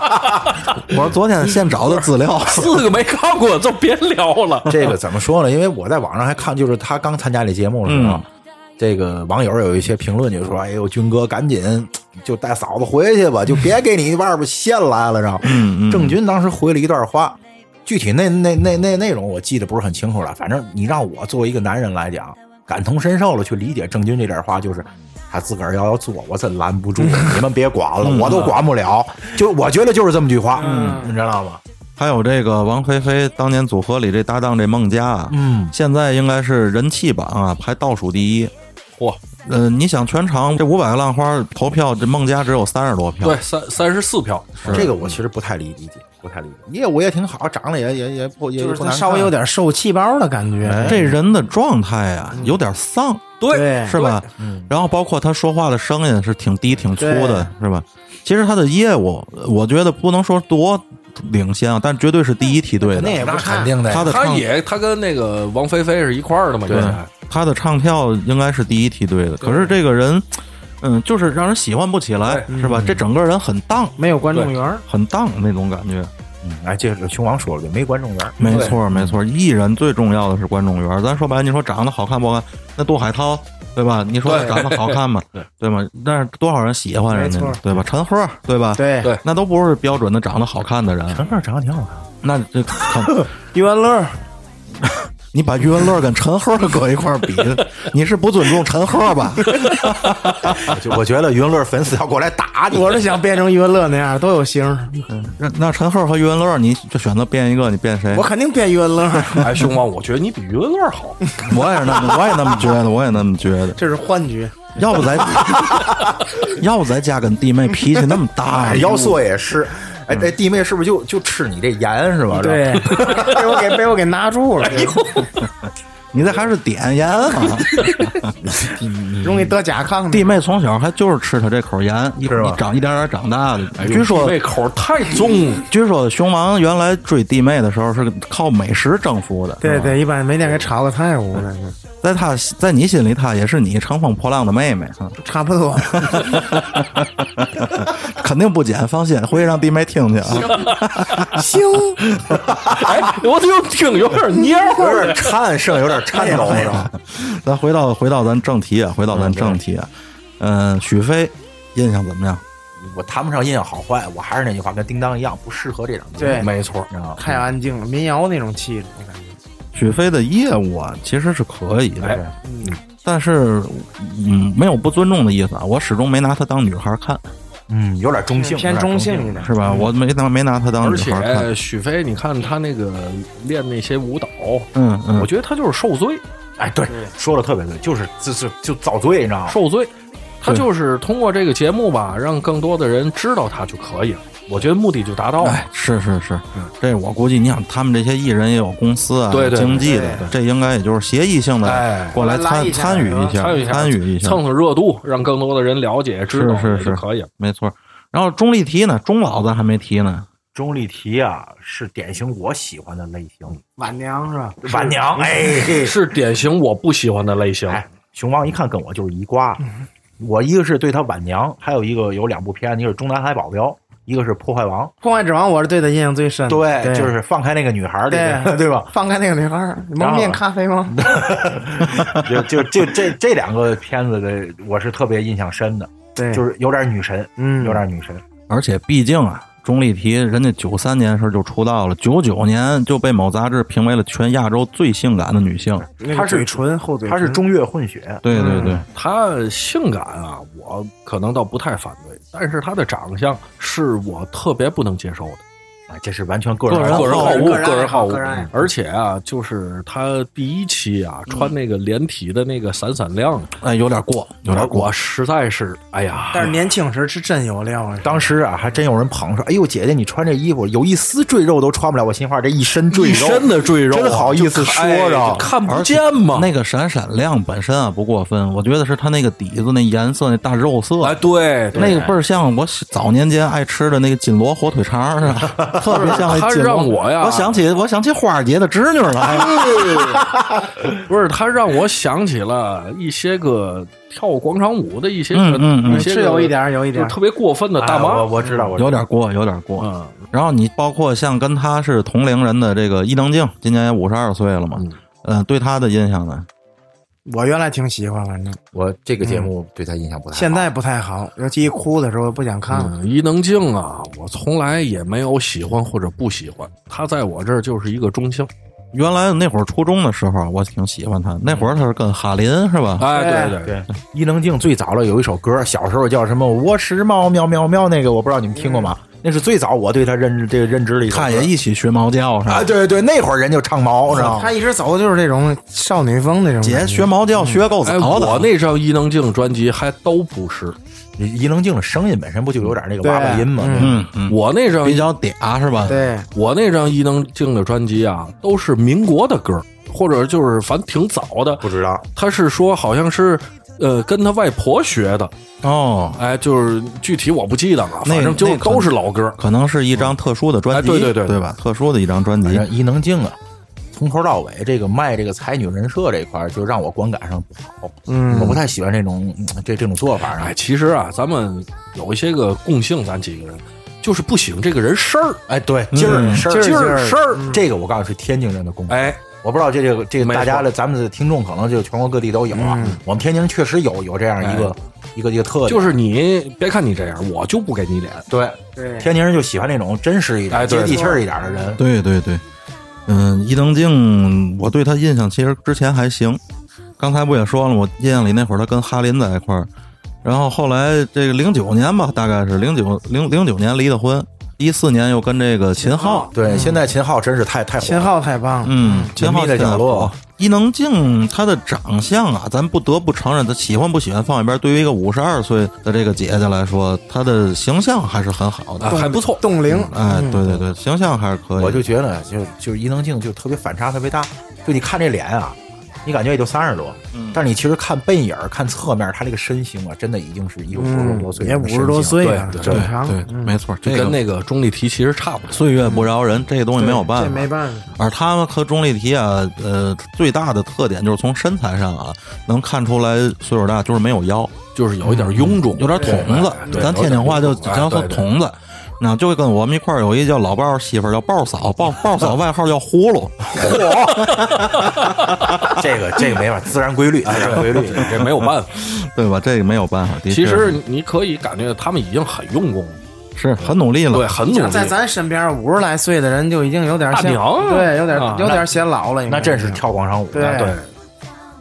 S2: 我昨天现找的资料，
S4: 四个没看过就别聊了。
S3: 这个怎么说呢？因为我在网上还看，就是他刚参加这节目的时
S2: 嗯
S3: 候，这个网友有一些评论就说：“哎呦，军哥，赶紧就带嫂子回去吧，就别给你外边现来了。”然后，
S2: 嗯嗯
S3: 郑钧当时回了一段话，具体那那那那内容我记得不是很清楚了。反正你让我作为一个男人来讲，感同身受了去理解郑钧这点话，就是。他自个儿要要做，我真拦不住。
S2: 嗯
S3: 你们别管了，我都管不了。就我觉得就是这么句话，
S2: 嗯
S3: 你知道吗？
S2: 还有这个王菲菲当年组合里这搭档这孟佳啊，
S3: 嗯，
S2: 现在应该是人气榜啊排倒数第一。
S4: 嚯，
S2: 呃，你想全场这五百个浪花投票，这孟佳只有三十多票。
S4: 对，三三十四票，
S3: 这个我其实不太理理解，不太理解。业务也挺好，长得也也也不也
S5: 就
S3: 不
S5: 是
S3: 难
S5: 他
S3: 看
S5: 稍微有点受气包的感觉，
S2: 这人的状态啊，有点丧，
S5: 对
S2: 是吧？然后包括他说话的声音是挺低挺粗的，是吧？其实他的业务，我觉得不能说多领先啊，但绝对是第一梯队
S5: 那也
S2: 的。
S5: 不
S3: 那肯
S5: 看。
S3: 定的。
S2: 他的
S4: 他
S2: 唱
S4: 也他跟那个王菲菲是一块儿的嘛，原来
S2: 他的唱跳应该是第一梯队的，可是这个人，嗯，就是让人喜欢不起来，是吧？这整个人很荡，
S5: 没有观众缘儿，
S2: 很荡那种感觉。
S3: 嗯哎，这个熊王说了，没观众缘，
S2: 没错，没错，艺人最重要的是观众缘儿。咱说白了，你说长得好看不好看？那杜海涛，对吧？你说长得好看吗？对吗？但是多少人喜欢人家
S5: 没
S2: 呢
S5: 错，
S2: 对吧？陈赫，对吧？，
S5: 对
S4: 对
S2: 那都不是标准的长得好看的人。
S3: 陈赫长得挺好看的，
S2: 那这看，
S5: 余文乐，
S2: 你把余文乐跟陈赫搁一块儿比，你是不尊重陈赫吧？
S3: 我啊就我觉得云乐粉丝要过来打你。
S5: 我是想变成余文乐那样，都有星儿，
S2: 那那陈赫和余文乐，你就选择变一个，你变谁
S5: 我？肯定变余文乐，
S4: 哎，熊猫，我觉得你比余文乐好。
S2: 我也是那么，我也那么觉得，我也那么觉得。
S5: 这是幻觉。
S2: 要 不咱要不咱家跟弟妹脾气那么大
S3: 哎，
S2: 呀？
S3: 妖硕也是。哎，这弟妹是不是就就吃你这盐是吧？
S5: 嗯对，被我给被我给拿住了，
S2: 你这还是点盐 啊！
S5: 容易得甲亢的。
S2: 弟妹从小还就是吃她这口盐，一
S3: 是吧哎
S2: 一长一点点长大的。据
S4: 呦
S2: 哎说
S4: 这口太重 了，
S2: 据说熊王原来追弟妹的时候是靠美食征服的，
S5: 对对，一般每天给炒个菜屋的，
S2: 在他在你心里，她也是你乘风破浪的妹妹啊，
S5: 差不多。
S2: 肯定不减，放心，回去让弟妹听听啊。
S5: 行，
S4: 哎，我就听有点蔫
S3: 有
S4: 儿。
S3: 点颤声，有点颤抖是吧？
S2: 咱回到回到咱正题啊，回到咱正题啊，嗯，许飞印象怎么样？
S3: 我谈不上印象好坏，我还是那句话，跟叮当一样，不适合这场
S5: 对
S4: 没错，
S3: 你知道吗？
S5: 太安静了，民谣那种气质，我感觉。
S2: 许飞的业务啊，其实是可以的，
S4: 哎
S2: 但是，嗯，没有不尊重的意思啊。我始终没拿她当女孩看，
S3: 嗯，有点中性，
S5: 偏
S3: 有点
S5: 中
S3: 中
S5: 性一点
S2: 是吧？我没当没拿她当
S4: 嗯而
S2: 女
S4: 且
S2: 孩看。
S4: 许飞，你看他那个练那些舞蹈，
S2: 嗯
S4: 我
S2: 嗯，
S4: 觉得他就是受罪，
S3: 哎，对，说的特别对，就是就是就遭罪，你知道吗？
S4: 受罪。他就是通过这个节目吧，让更多的人知道他就可以了。我觉得目的就达到了。
S2: 哎，是是是，这我估计，你想他们这些艺人也有公司啊，
S4: 嗯对对对
S2: 经纪的
S5: 对，
S2: 这应该也就是协议性的
S4: 哎
S2: 过来
S5: 拉
S2: 参
S5: 一下
S2: 参与一下，
S4: 参与一下，
S2: 参与一下，
S4: 蹭蹭热度，让更多的人了解、知道
S2: 是是
S4: 就可以了。
S2: 没错。然后钟丽缇呢，钟老咱还没提呢，
S3: 钟丽缇啊，是典型我喜欢的类型，
S5: 晚娘是吧？
S3: 晚娘，哎，
S4: 是典型我不喜欢的类型。
S3: 哎，熊王一看跟我就是一挂，
S4: 嗯
S3: 我一个是对他晚娘，还有一个有两部片，一个是《中南海保镖》，一个是《破坏王
S5: 破坏之王，我是对他印象最
S4: 嗯
S5: 深》，的。对，
S3: 就是放开那个女孩儿里面，
S5: 对
S3: 对吧？
S5: 放开那个女孩儿，蒙面咖啡吗？
S3: 就就就这这两个片子的，我是特别印象深的，
S5: 对，
S3: 就是有点女神，
S5: 嗯，
S3: 有点女神，
S2: 而且毕竟啊。钟丽缇，人家九三年时候就出道了，九九年就被某杂志评为了全亚洲最性感的女性。
S5: 那
S3: 她
S5: 个
S3: 是
S5: 嘴唇后嘴唇，
S3: 她
S4: 嗯
S3: 是中越混血，
S2: 对对对，
S4: 她性感啊，我可能倒不太反对，但是她的长相是我特别不能接受的。
S3: 啊，这是完全个人
S2: 个人
S4: 个人好恶，
S5: 个人
S4: 个人好
S5: 个人
S4: 恶
S5: 爱。
S4: 而且啊，就是她第一期啊，穿那个连体的那个闪闪亮，
S2: 哎，有点过，有点过。
S4: 我实在是，哎呀，
S5: 但是年轻时是真有料啊，
S3: 当时啊，还真有人捧说：“哎呦，姐姐，你穿这衣服有一丝赘肉都穿不了。”我心话，这一身赘
S4: 一
S3: 肉，
S4: 身的赘肉啊，
S3: 真好意思
S4: 就看哎
S3: 说着
S4: 就看不见嘛。
S2: 那个闪闪亮本身啊不过分，我觉得是它那个底子那颜色那大肉色，
S4: 哎，对，对
S2: 那个倍儿像我早年间爱吃的那个金锣火腿肠儿似 的，特别像那
S4: 他
S2: 金锣。
S4: 让我呀
S2: 我哎想起我想起花儿姐的侄女了，
S4: 不是，他让我想起了一些个跳广场舞的一些
S2: 嗯
S4: 个
S2: 嗯嗯
S4: 一些
S5: 是
S4: 个
S5: 有一点儿有一
S4: 就
S5: 点儿。
S4: 特别过分的
S3: 哎
S4: 大妈。
S3: 我我知道，我知道
S2: 有点过，有点过。
S4: 嗯，
S2: 然后你包括像跟他是同龄人的这个伊能静，今年也五十二岁了嘛，嗯
S4: 嗯、
S2: 对他的印象呢，
S5: 我原来挺喜欢，反正
S3: 我这个节目对她印象不太好。
S5: 现在不太好，尤其一哭的时候不想看了。
S4: 嗯，伊能静啊，我从来也没有喜欢或者不喜欢，她在我这儿就是一个中性。
S2: 原来那会儿初中的时候，啊我挺喜欢他，那会儿他是跟哈林是吧？
S4: 哎，
S5: 对
S4: 对对，
S3: 对伊能静最早了有一首歌，小时候叫什么“我是猫喵喵喵”，那个我不知道你们听过吗？那是最早我对她认知这个认知的一首歌。
S2: 他也一起学猫叫是吧？
S3: 啊，对对，那会儿人就唱毛，知道吗
S5: 他？一直走的就是这种少女风那种感觉。
S2: 姐学猫叫学够
S4: 哎，
S2: 早的，
S4: 我那张伊能静专辑还都不是，
S3: 伊能静的声音本身不就有点那个娃娃音吗？
S5: 对
S2: 嗯嗯，
S4: 我那张
S2: 比较嗲是吧？
S5: 对，
S4: 我那张伊能静的专辑啊，都是民国的歌，或者就是反正挺早的。
S3: 不知道，
S4: 他是说好像是。呃，跟他外婆学的，
S2: 哦，
S4: 哎，就是具体我不记得了，
S2: 那
S4: 反正就
S2: 那可能
S4: 都是老歌。
S2: 可能是一张特殊的专辑，
S4: 哎对对
S2: 对，
S4: 对
S2: 吧？特殊的一张专
S3: 反
S2: 辑，
S3: 正伊能静啊，从头到尾这个卖这个才女人设这一块儿，就让我观感上不好。
S5: 嗯
S3: 我不太喜欢这种嗯这这种做法啊
S4: 哎，。其实啊，咱们有一些个共性，咱几个人就是不喜欢这个人事儿，
S3: 哎，对，今儿
S2: 嗯
S3: 事儿，
S5: 劲儿
S3: 今儿嗯
S5: 劲儿
S3: 事儿，这个我告诉你是天津人的功夫。
S4: 哎，
S3: 我不知道这这个这个
S4: 没错
S3: 大家的咱们的听众可能就全国各地都有啊。我们天津确实有有这样一个一个一个特点，
S4: 就是你别看你这样，我就不给你脸。
S3: 对
S5: 对
S3: 天津人就喜欢那种真实一点、
S4: 哎对
S3: 接地气儿一点的人。
S2: 对对对，嗯，伊能静，我对她印象其实之前还行，刚才不也说了，我印象里那会儿她跟哈林在一块儿，然后后来这个零九年吧，大概是零九零零九年离的婚，一四年又跟这个秦昊，
S3: 对，现在秦昊真是太太火了
S5: 秦昊太棒，
S2: 嗯，秦昊
S3: 隐秘的角
S2: 现
S3: 落
S2: 在火伊能静她的长相啊，咱不得不承认，她喜欢不喜欢放一边，对于一个五十二岁的这个姐姐来说，她的形象还是很好的
S4: 啊。还不错。
S5: 冻龄，
S3: 嗯啊
S5: 嗯
S2: 哎，对对对，形象还是可以。
S3: 我就觉得就就伊能静就特别反差特别大，就你看这脸啊，你感觉也就三十多，但是你其实看背影儿、看侧面儿，她这个身形啊，真的已经是一个五十多岁
S5: 嗯，
S3: 的
S5: 也
S3: 身
S5: 五
S3: 形
S5: 十多岁了，
S4: 对
S5: 正常，
S2: 对，没错，这个
S4: 跟那个钟丽缇其实差不多，
S2: 岁月不饶人，这个东西没有办
S5: 这
S2: 法。
S5: 没办法，
S2: 而他们和钟丽缇啊，呃，最大的特点就是从身材上啊，能看出来岁数大，就是没有腰，
S4: 就是有一点臃肿，
S2: 嗯有点筒子。
S4: 对
S2: 咱天津话就
S4: 有点
S2: 叫
S4: 臃肿
S2: 做
S4: 哎对对
S2: 筒子。那就跟我们一块儿有一叫老豹儿媳妇儿叫豹嫂，豹豹嫂外号叫葫芦，
S3: 这个这个没法，自然规律，自啊然规律。
S4: 这没有办法。
S2: 对吧？这个没有办 法，的确
S4: 其实你可以感觉他们已经很用功了，
S2: 是很努力了。
S4: 对，很努
S5: 就
S4: 力。
S5: 在咱身边五十来岁的人就已经有点
S4: 大
S5: 像
S4: 娘啊，
S5: 对，有点
S4: 啊
S5: 有
S4: 那
S5: 点显老了，应该
S3: 那真是跳广场舞
S5: 对
S3: 的，对，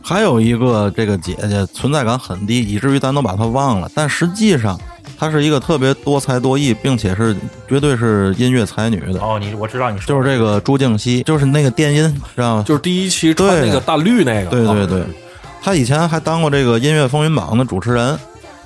S2: 还有一个这个姐姐存在感很低，以至于咱都把她忘了。但实际上，她是一个特别多才多艺，并且是绝对是音乐才女的，
S1: 哦，你我知道你说
S2: 就是这个朱静熙，就是那个电音，知道吗？
S4: 就是第一期穿那个大绿那个，
S2: 对对对
S4: 啊，
S2: 她以前还当过这个音乐风云榜的主持人。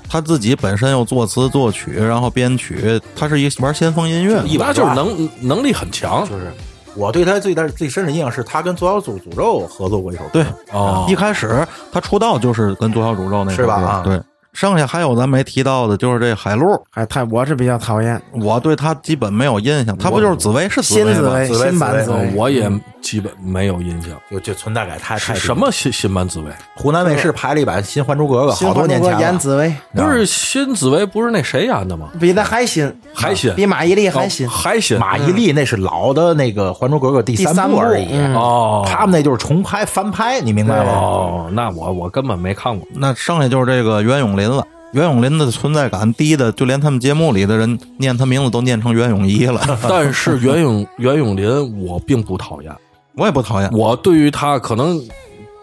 S2: 她自己本身又作词作曲，然后编曲，她是一玩先锋音乐的，
S4: 那就是能能力很强，
S3: 就是我对她最大最深的印象是她跟左小诅诅咒合作过一首歌，
S2: 对，
S4: 哦
S2: 一开始她出道就是跟《左小诅咒》那首
S3: 是吧
S2: 歌
S3: 啊
S2: 对，剩下还有咱没提到的，就是这海陆，
S5: 哎，太我是比较讨厌
S2: 我对他基本没有印象，他不就是紫薇是
S5: 新
S2: 薇
S5: 紫
S2: 吗？
S5: 薇
S3: 紫薇
S5: 新版
S3: 紫
S5: 紫
S3: 薇
S5: 薇，
S4: 呃
S5: 嗯
S4: 我也基本没有印象。
S3: 就就存在感太太
S4: 是什么新新版紫薇？
S3: 湖南卫视拍了一版《新还珠格格》，
S5: 新
S3: 好多
S5: 还珠
S3: 年
S5: 格
S3: 前
S5: 格演
S3: 了。
S5: 紫薇，
S4: 不是新紫薇，不是那谁演的吗？
S5: 比他还新，
S4: 还新
S5: 比马伊琍
S4: 哦
S5: 还新，
S4: 还新
S3: 马伊琍那是老的那个《还珠格格》第
S5: 第
S3: 三
S5: 三
S3: 部
S5: 部
S3: 而已，
S5: 嗯
S4: 哦，
S3: 他们那就是重拍翻拍，你明白吗？
S5: 哎
S4: 哦，那我我根本没看 过。
S2: 那剩下就是这个袁咏琳了。袁咏琳的存在感低的，就连他们节目里的人念她名字都念成袁咏仪了。
S4: 但是袁咏袁咏琳，我并不讨 厌，
S2: 我也不讨厌，
S4: 我对于她可能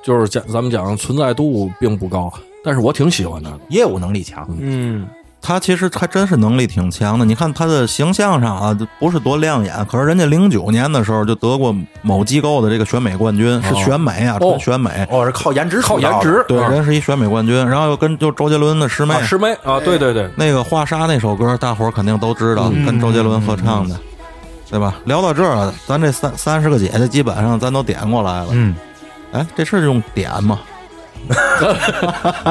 S4: 就是讲咱们讲存在度并不高，但是我挺喜欢她的。
S3: 业务能力强，
S5: 嗯，
S2: 她其实还真是能力挺强的。你看她的形象上啊，就不是多亮眼，可是人家零九年的时候就得过某机构的这个选美冠军，是选美啊，
S4: 哦
S2: 纯选美。
S3: 哦，是靠颜值
S4: 靠
S3: 出道的，
S4: 颜值，
S2: 对，
S4: 啊
S2: 人是一选美冠军，然后又跟就周杰伦的师妹
S4: 啊，师妹
S5: 哎
S4: 啊，对对对，
S2: 那个画沙那首歌，大伙儿肯定都知道，
S4: 嗯
S2: 跟周杰伦合唱的，对吧？聊到这儿了，咱这三三十个姐姐基本上咱都点过来了。
S1: 嗯，
S2: 哎，这是用点吗？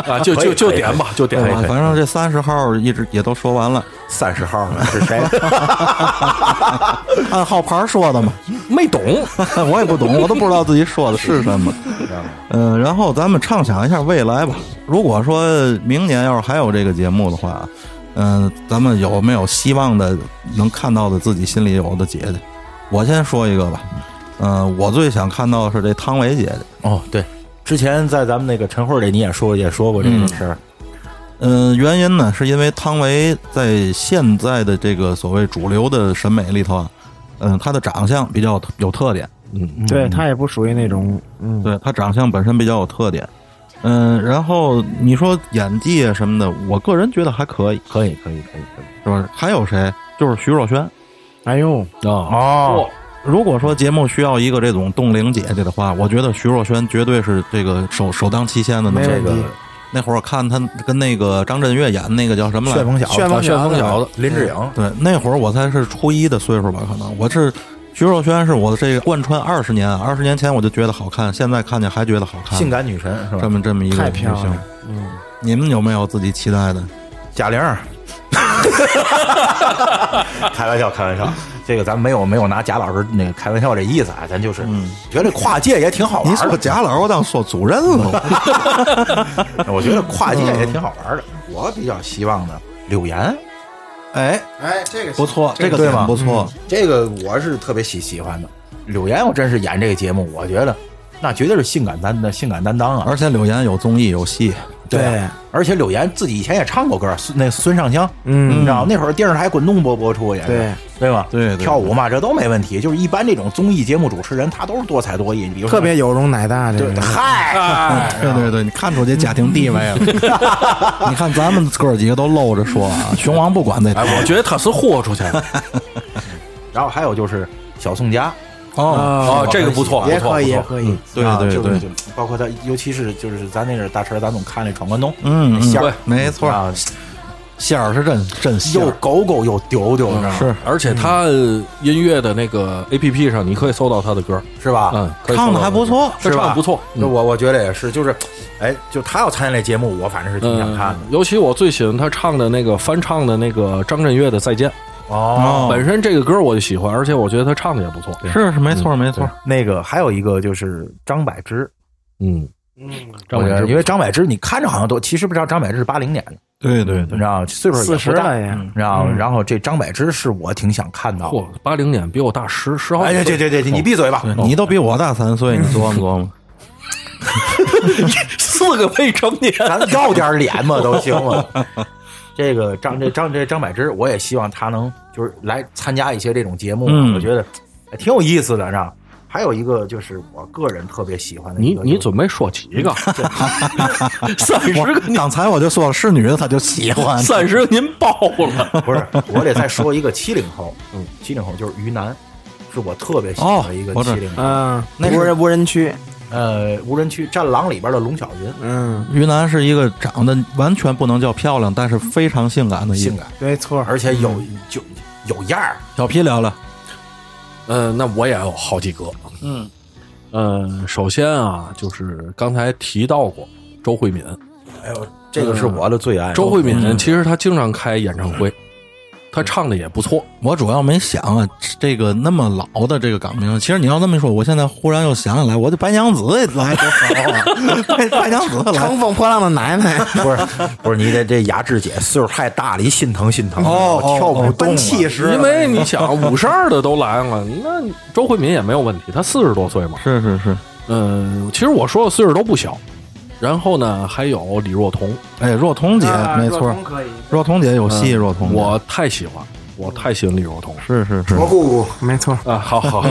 S4: 啊，就就就点吧，就点
S2: 对吧
S5: 哎
S4: 吧。
S2: 反正这三十号一直也都说完了，
S3: 三十号呢是谁？
S2: 按号牌说的嘛，
S5: 哎
S4: 没懂，
S2: 我也不懂，我都不知道自己说的是什么。嗯、然后咱们畅想一下未来吧。如果说明年要是还有这个节目的话，嗯、咱们有没有希望的能看到的自己心里有的姐姐？我先说一个吧。嗯、我最想看到的是这汤唯姐姐。
S3: 哦，对，之前在咱们那个晨会里你也说也说过这个事儿，
S2: 嗯，原因呢，是因为汤唯在现在的这个所谓主流的审美里头啊，嗯，她的长相比较有特点，
S5: 嗯对他也不属于那种，嗯，
S2: 对她长相本身比较有特点，嗯，然后你说演技啊什么的，我个人觉得还可以，
S3: 可以可以可以可以。
S2: 是吧？还有谁？就是徐若瑄。
S5: 哎呦，
S4: 啊，
S3: 哦，
S2: 如果说节目需要一个这种冻龄姐姐的话，我觉得徐若瑄绝对是这个首首当其先的那
S5: 没
S2: 这
S5: 问
S2: 个
S5: 题。
S2: 那会儿我看她跟那个张震岳演那个叫什么来
S3: 旋
S2: 着？
S3: 风小子，
S5: 旋风
S4: 旋风小
S5: 小嗯
S4: 子，
S3: 林志颖，
S2: 对，那会儿我才是初一的岁数吧，可能我是徐若瑄是我这个贯穿二十年，啊二十年前我就觉得好看，现在看见还觉得好看，
S3: 哦性感女神是
S2: 这
S3: 吧？
S2: 么这么一个
S5: 太漂
S2: 女
S5: 亮
S2: 性
S5: 了，嗯，
S2: 你们有没有自己期待的？
S3: 贾玲儿， 开玩笑开玩笑，这个咱没有没有拿贾老师那个开玩笑这意思啊，咱就是觉得跨界也挺好玩
S2: 你
S3: 儿
S2: 说
S3: 的。
S2: 贾老师，我当说主任了。
S3: 我觉得跨界也挺好玩的。我比较希望的柳岩，
S2: 哎，
S5: 哎，这个
S2: 不错，
S3: 这
S2: 这个
S3: 个
S2: 嗯
S3: 对
S2: 点
S3: 吗
S2: 不错。
S3: 这个我是特别喜喜欢的。柳岩，我真是演这个节目，我觉得那绝对是性感担的性感担当啊！
S2: 而且柳岩有综艺有戏，
S5: 对
S3: 啊而且柳岩自己以前也唱过歌，孙那孙尚香，
S5: 嗯
S3: 你知道那会儿电视台滚动播播出也是
S5: 对
S3: 对吧？
S2: 对对对
S3: 跳舞嘛，这都没问题。就是一般这种综艺节目主持人，他都是多才多艺，比如说
S5: 特别嗯有容乃大，这
S3: 对
S5: 个，人
S3: 嗨，
S4: 哎
S2: 对对对，你看出这家庭地位 了。 你看咱们哥儿几个都搂着说啊，熊王不管这套，
S4: 哎，我觉得他是豁出去的，
S3: 然后还有就是小宋佳，
S5: 哦
S2: 啊
S4: 啊
S3: 哦这个不错
S5: 也
S3: 不错
S5: 可以，
S3: 不错
S5: 也可以。
S2: 对
S3: 啊
S2: 对
S3: 就是
S2: 对
S3: 就包括他，尤其是就是咱那阵儿大陈儿，咱总看那《闯关东》，
S2: 嗯嗯
S3: 馅儿
S2: 没错
S3: 啊，
S2: 馅儿是真真馅
S3: 又
S2: 儿，
S3: 狗狗又丢丢，你知道吗？
S2: 是
S4: 而且他音乐的那个 A P P 上，你可以搜到他的歌，
S3: 是吧？
S4: 嗯，可以搜到
S2: 唱的还不错，
S3: 是
S4: 他唱
S3: 吧
S4: 的不错，
S3: 那我我觉得也是，就是，哎，就他要参加这节目，我反正是挺想看
S4: 嗯
S3: 的。，
S4: 尤其我最喜欢他唱的那个翻唱的那个张震岳的《再见》，
S3: 哦，
S4: 本身这个歌我就喜欢，而且我觉得他唱的也不错。
S2: 是是没错没错，
S1: 那个还有一个就是张柏芝，
S4: 嗯，
S5: 嗯，
S4: 张
S3: 我觉
S4: 柏
S3: 得
S4: 芝
S3: 因为张柏芝，你看着好像都，其实不知道张柏芝是八零年的，
S2: 对对
S3: 你
S2: 对
S3: 知，道，岁数也不
S5: 四十
S3: 大嗯
S5: 了也，
S3: 你知道，然后这张柏芝是我挺想看到
S4: 嗯嚯
S3: 的。，
S4: 八零年比我大十十好几
S3: 哎
S4: 岁。
S3: 呀，对对对， 你闭嘴吧！
S2: 对
S4: 哦
S2: 你都比我大三岁，哦 你琢磨琢磨，
S4: 四个未成年，
S3: 咱要点脸嘛， 都行吗？这个张这张这张柏芝，我也希望他能就是来参加一些这种节目，
S2: 嗯
S3: 我觉得哎挺有意思的，是吧？还有一个就是我个人特别喜欢的一
S4: 你
S3: 个，
S4: 你
S3: 就是
S4: 准备说几个？ 三十个
S2: 我刚才我就说了是女的她就喜欢，
S4: 三十个您爆 了。
S3: 不是，我得再说一个七零后，嗯，七零后就是于楠，是我特别喜欢的一个
S2: 哦我知
S3: 七零后，
S5: 嗯，
S3: 那是
S5: 无人无人区，
S3: 呃，无人区《战狼》里边的龙小云，
S5: 嗯，
S2: 云南是一个长得完全不能叫漂亮，但是非常性感的一
S3: 性
S2: 个
S3: 感，
S5: 没错，
S3: 而且有就有样儿，
S2: 小皮聊聊，
S4: 嗯，那我也有好几个。
S2: 嗯
S4: 嗯，首先啊，就是刚才提到过周慧敏，
S3: 哎呦，这个是我的最爱。
S4: 周慧敏
S2: 嗯
S4: 其实她经常开演唱会，她唱的也不错。
S2: 我主要没想啊，这个那么老的这个港名，其实你要这么一说，我现在忽然又想起来，我这白娘子也来多好 啊，白白娘子来
S5: 乘风破浪的奶奶，
S3: 不是不是，你得这雅致姐岁数太大了，一心疼心 疼，
S2: 哦
S3: 我跳不动
S5: 奔
S3: 了。
S5: 七十了，
S4: 因为你想， 五十二的都来了，那周慧敏也没有问题，她四十多岁嘛。
S2: 是是是，
S4: 嗯，其实我说的岁数都不小。然后呢，还有李若彤，
S2: 哎，若彤姐
S5: 啊
S2: 没
S5: 若
S2: 错，
S5: 彤可以，
S2: 若彤姐有戏，
S4: 嗯
S2: 若彤姐
S4: 我太喜欢，我太喜欢李若彤
S2: 是是
S3: 嗯
S2: 是，
S5: 蘑菇没错。
S4: 啊！好好，好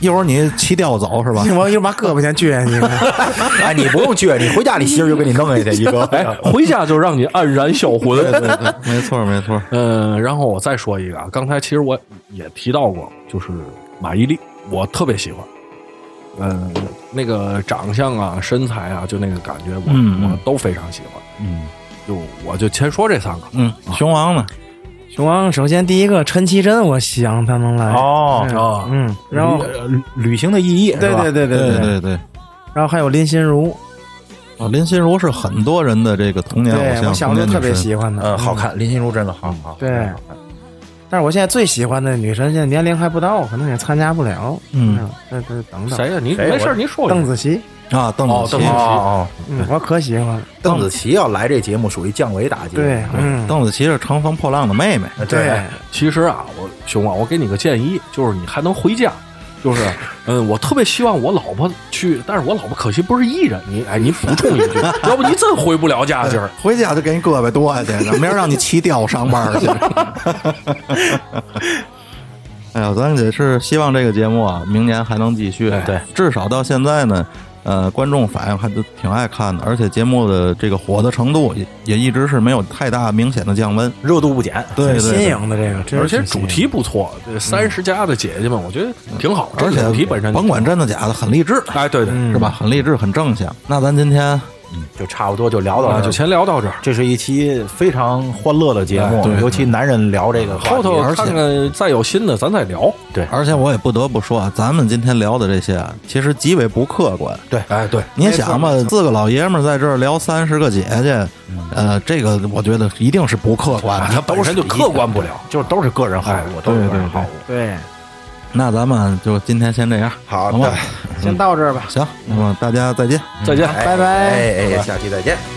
S2: 一会儿你骑吊走是吧？
S5: 我又把胳膊先撅下去，
S3: 哎，你不用撅，你回家你媳妇就给你弄下去一
S4: 哎
S3: 个。，啊
S4: 回家就让你黯然销魂。
S2: 没错没错，
S4: 嗯，然后我再说一个啊，刚才其实我也提到过，就是马伊琍，我特别喜欢。嗯，那个长相啊、身材啊，就那个感觉我，我、
S2: 嗯嗯
S4: 都非常喜欢。
S2: 嗯
S4: 就我就先说这三个。
S2: 嗯，熊王呢？
S5: 熊王，首先第一个陈绮贞，我想她能来
S3: 哦，
S4: 哦
S5: 哎嗯，然后
S3: 呃旅行的意义，
S5: 对对
S3: 对，
S2: 对
S5: 对对，
S2: 对对，
S5: 然后还有林心如，
S2: 啊，林心如是很多人的这个童年偶
S5: 对
S2: 像，
S5: 我小时候特别喜欢她，
S3: 呃，好看，林心如真的好嗯好。
S5: 对，但是我现在最喜欢的女神，现在年龄还不到，可能也参加不了，
S2: 嗯，
S5: 那那等等，
S4: 谁呀、你
S3: 谁呀
S4: 没事儿，你说一
S5: 邓
S4: 个。
S5: 紫棋，
S2: 啊，邓
S4: 哦
S2: 紫
S4: 邓
S2: 棋
S4: 紫
S3: 哦
S4: 棋。
S3: 哦，
S5: 嗯，我可喜欢了，
S3: 邓紫棋要来这节目属于降维打击。
S5: 对，嗯，
S2: 邓紫棋是乘风破浪的妹妹，
S5: 对，
S4: 其实啊，我熊啊，我给你个建议，就是你还能回家。就是，嗯，我特别希望我老婆去，但是我老婆可惜不是艺人。你哎，你补充一 句，要不你真回不了家今儿。
S2: 回家就给你胳膊剁下去，明儿让你骑吊上班去。哎呀，咱也是希望这个节目啊，明年还能继续。
S4: 对，
S2: 至少到现在呢，呃，观众反应还都挺爱看的，而且节目的这个火的程度也也一直是没有太大明显的降温。
S3: 热度不减。
S2: 对
S5: 挺
S2: 对
S5: 新
S2: 对
S5: 颖的这个，真
S4: 而
S5: 是
S4: 且
S5: 挺新
S4: 主
S5: 颖
S4: 题不错，三十加的姐姐们，我觉得挺好。这
S2: 而且
S4: 个主题本身
S2: 甭管真的假的，很励志，
S4: 哎，对对，
S5: 嗯
S2: 是吧？很励志，很正向。那咱今天
S3: 就差不多就聊到
S4: 啊，
S3: 这
S4: 就
S3: 儿。
S4: 先聊到这儿，
S3: 这是一期非常欢乐的节目，
S2: 对对
S3: 尤其男人聊这个话题
S4: 后头
S3: 而且
S4: 看看再有新的咱再聊。
S2: 而且我也不得不说啊，咱们今天聊的这些啊，其实极为不客观。
S3: 对，
S4: 哎，对，
S2: 你想吧，四个老爷们儿在这儿聊三十个姐姐，呃，这个我觉得一定是不客观
S3: 啊
S2: 的。
S4: 啊它本身就客观不了。
S3: 就都是个人好
S4: 哎
S3: 恶，都是个人好恶。
S5: 嗯对，
S2: 那咱们就今天先这样，
S3: 好
S2: 好吗？
S3: 的
S5: 先到这儿吧，
S2: 行，那么大家再见。
S4: 再见。
S3: 哎
S5: 拜拜
S3: 哎哎，下期再见。
S2: 拜拜。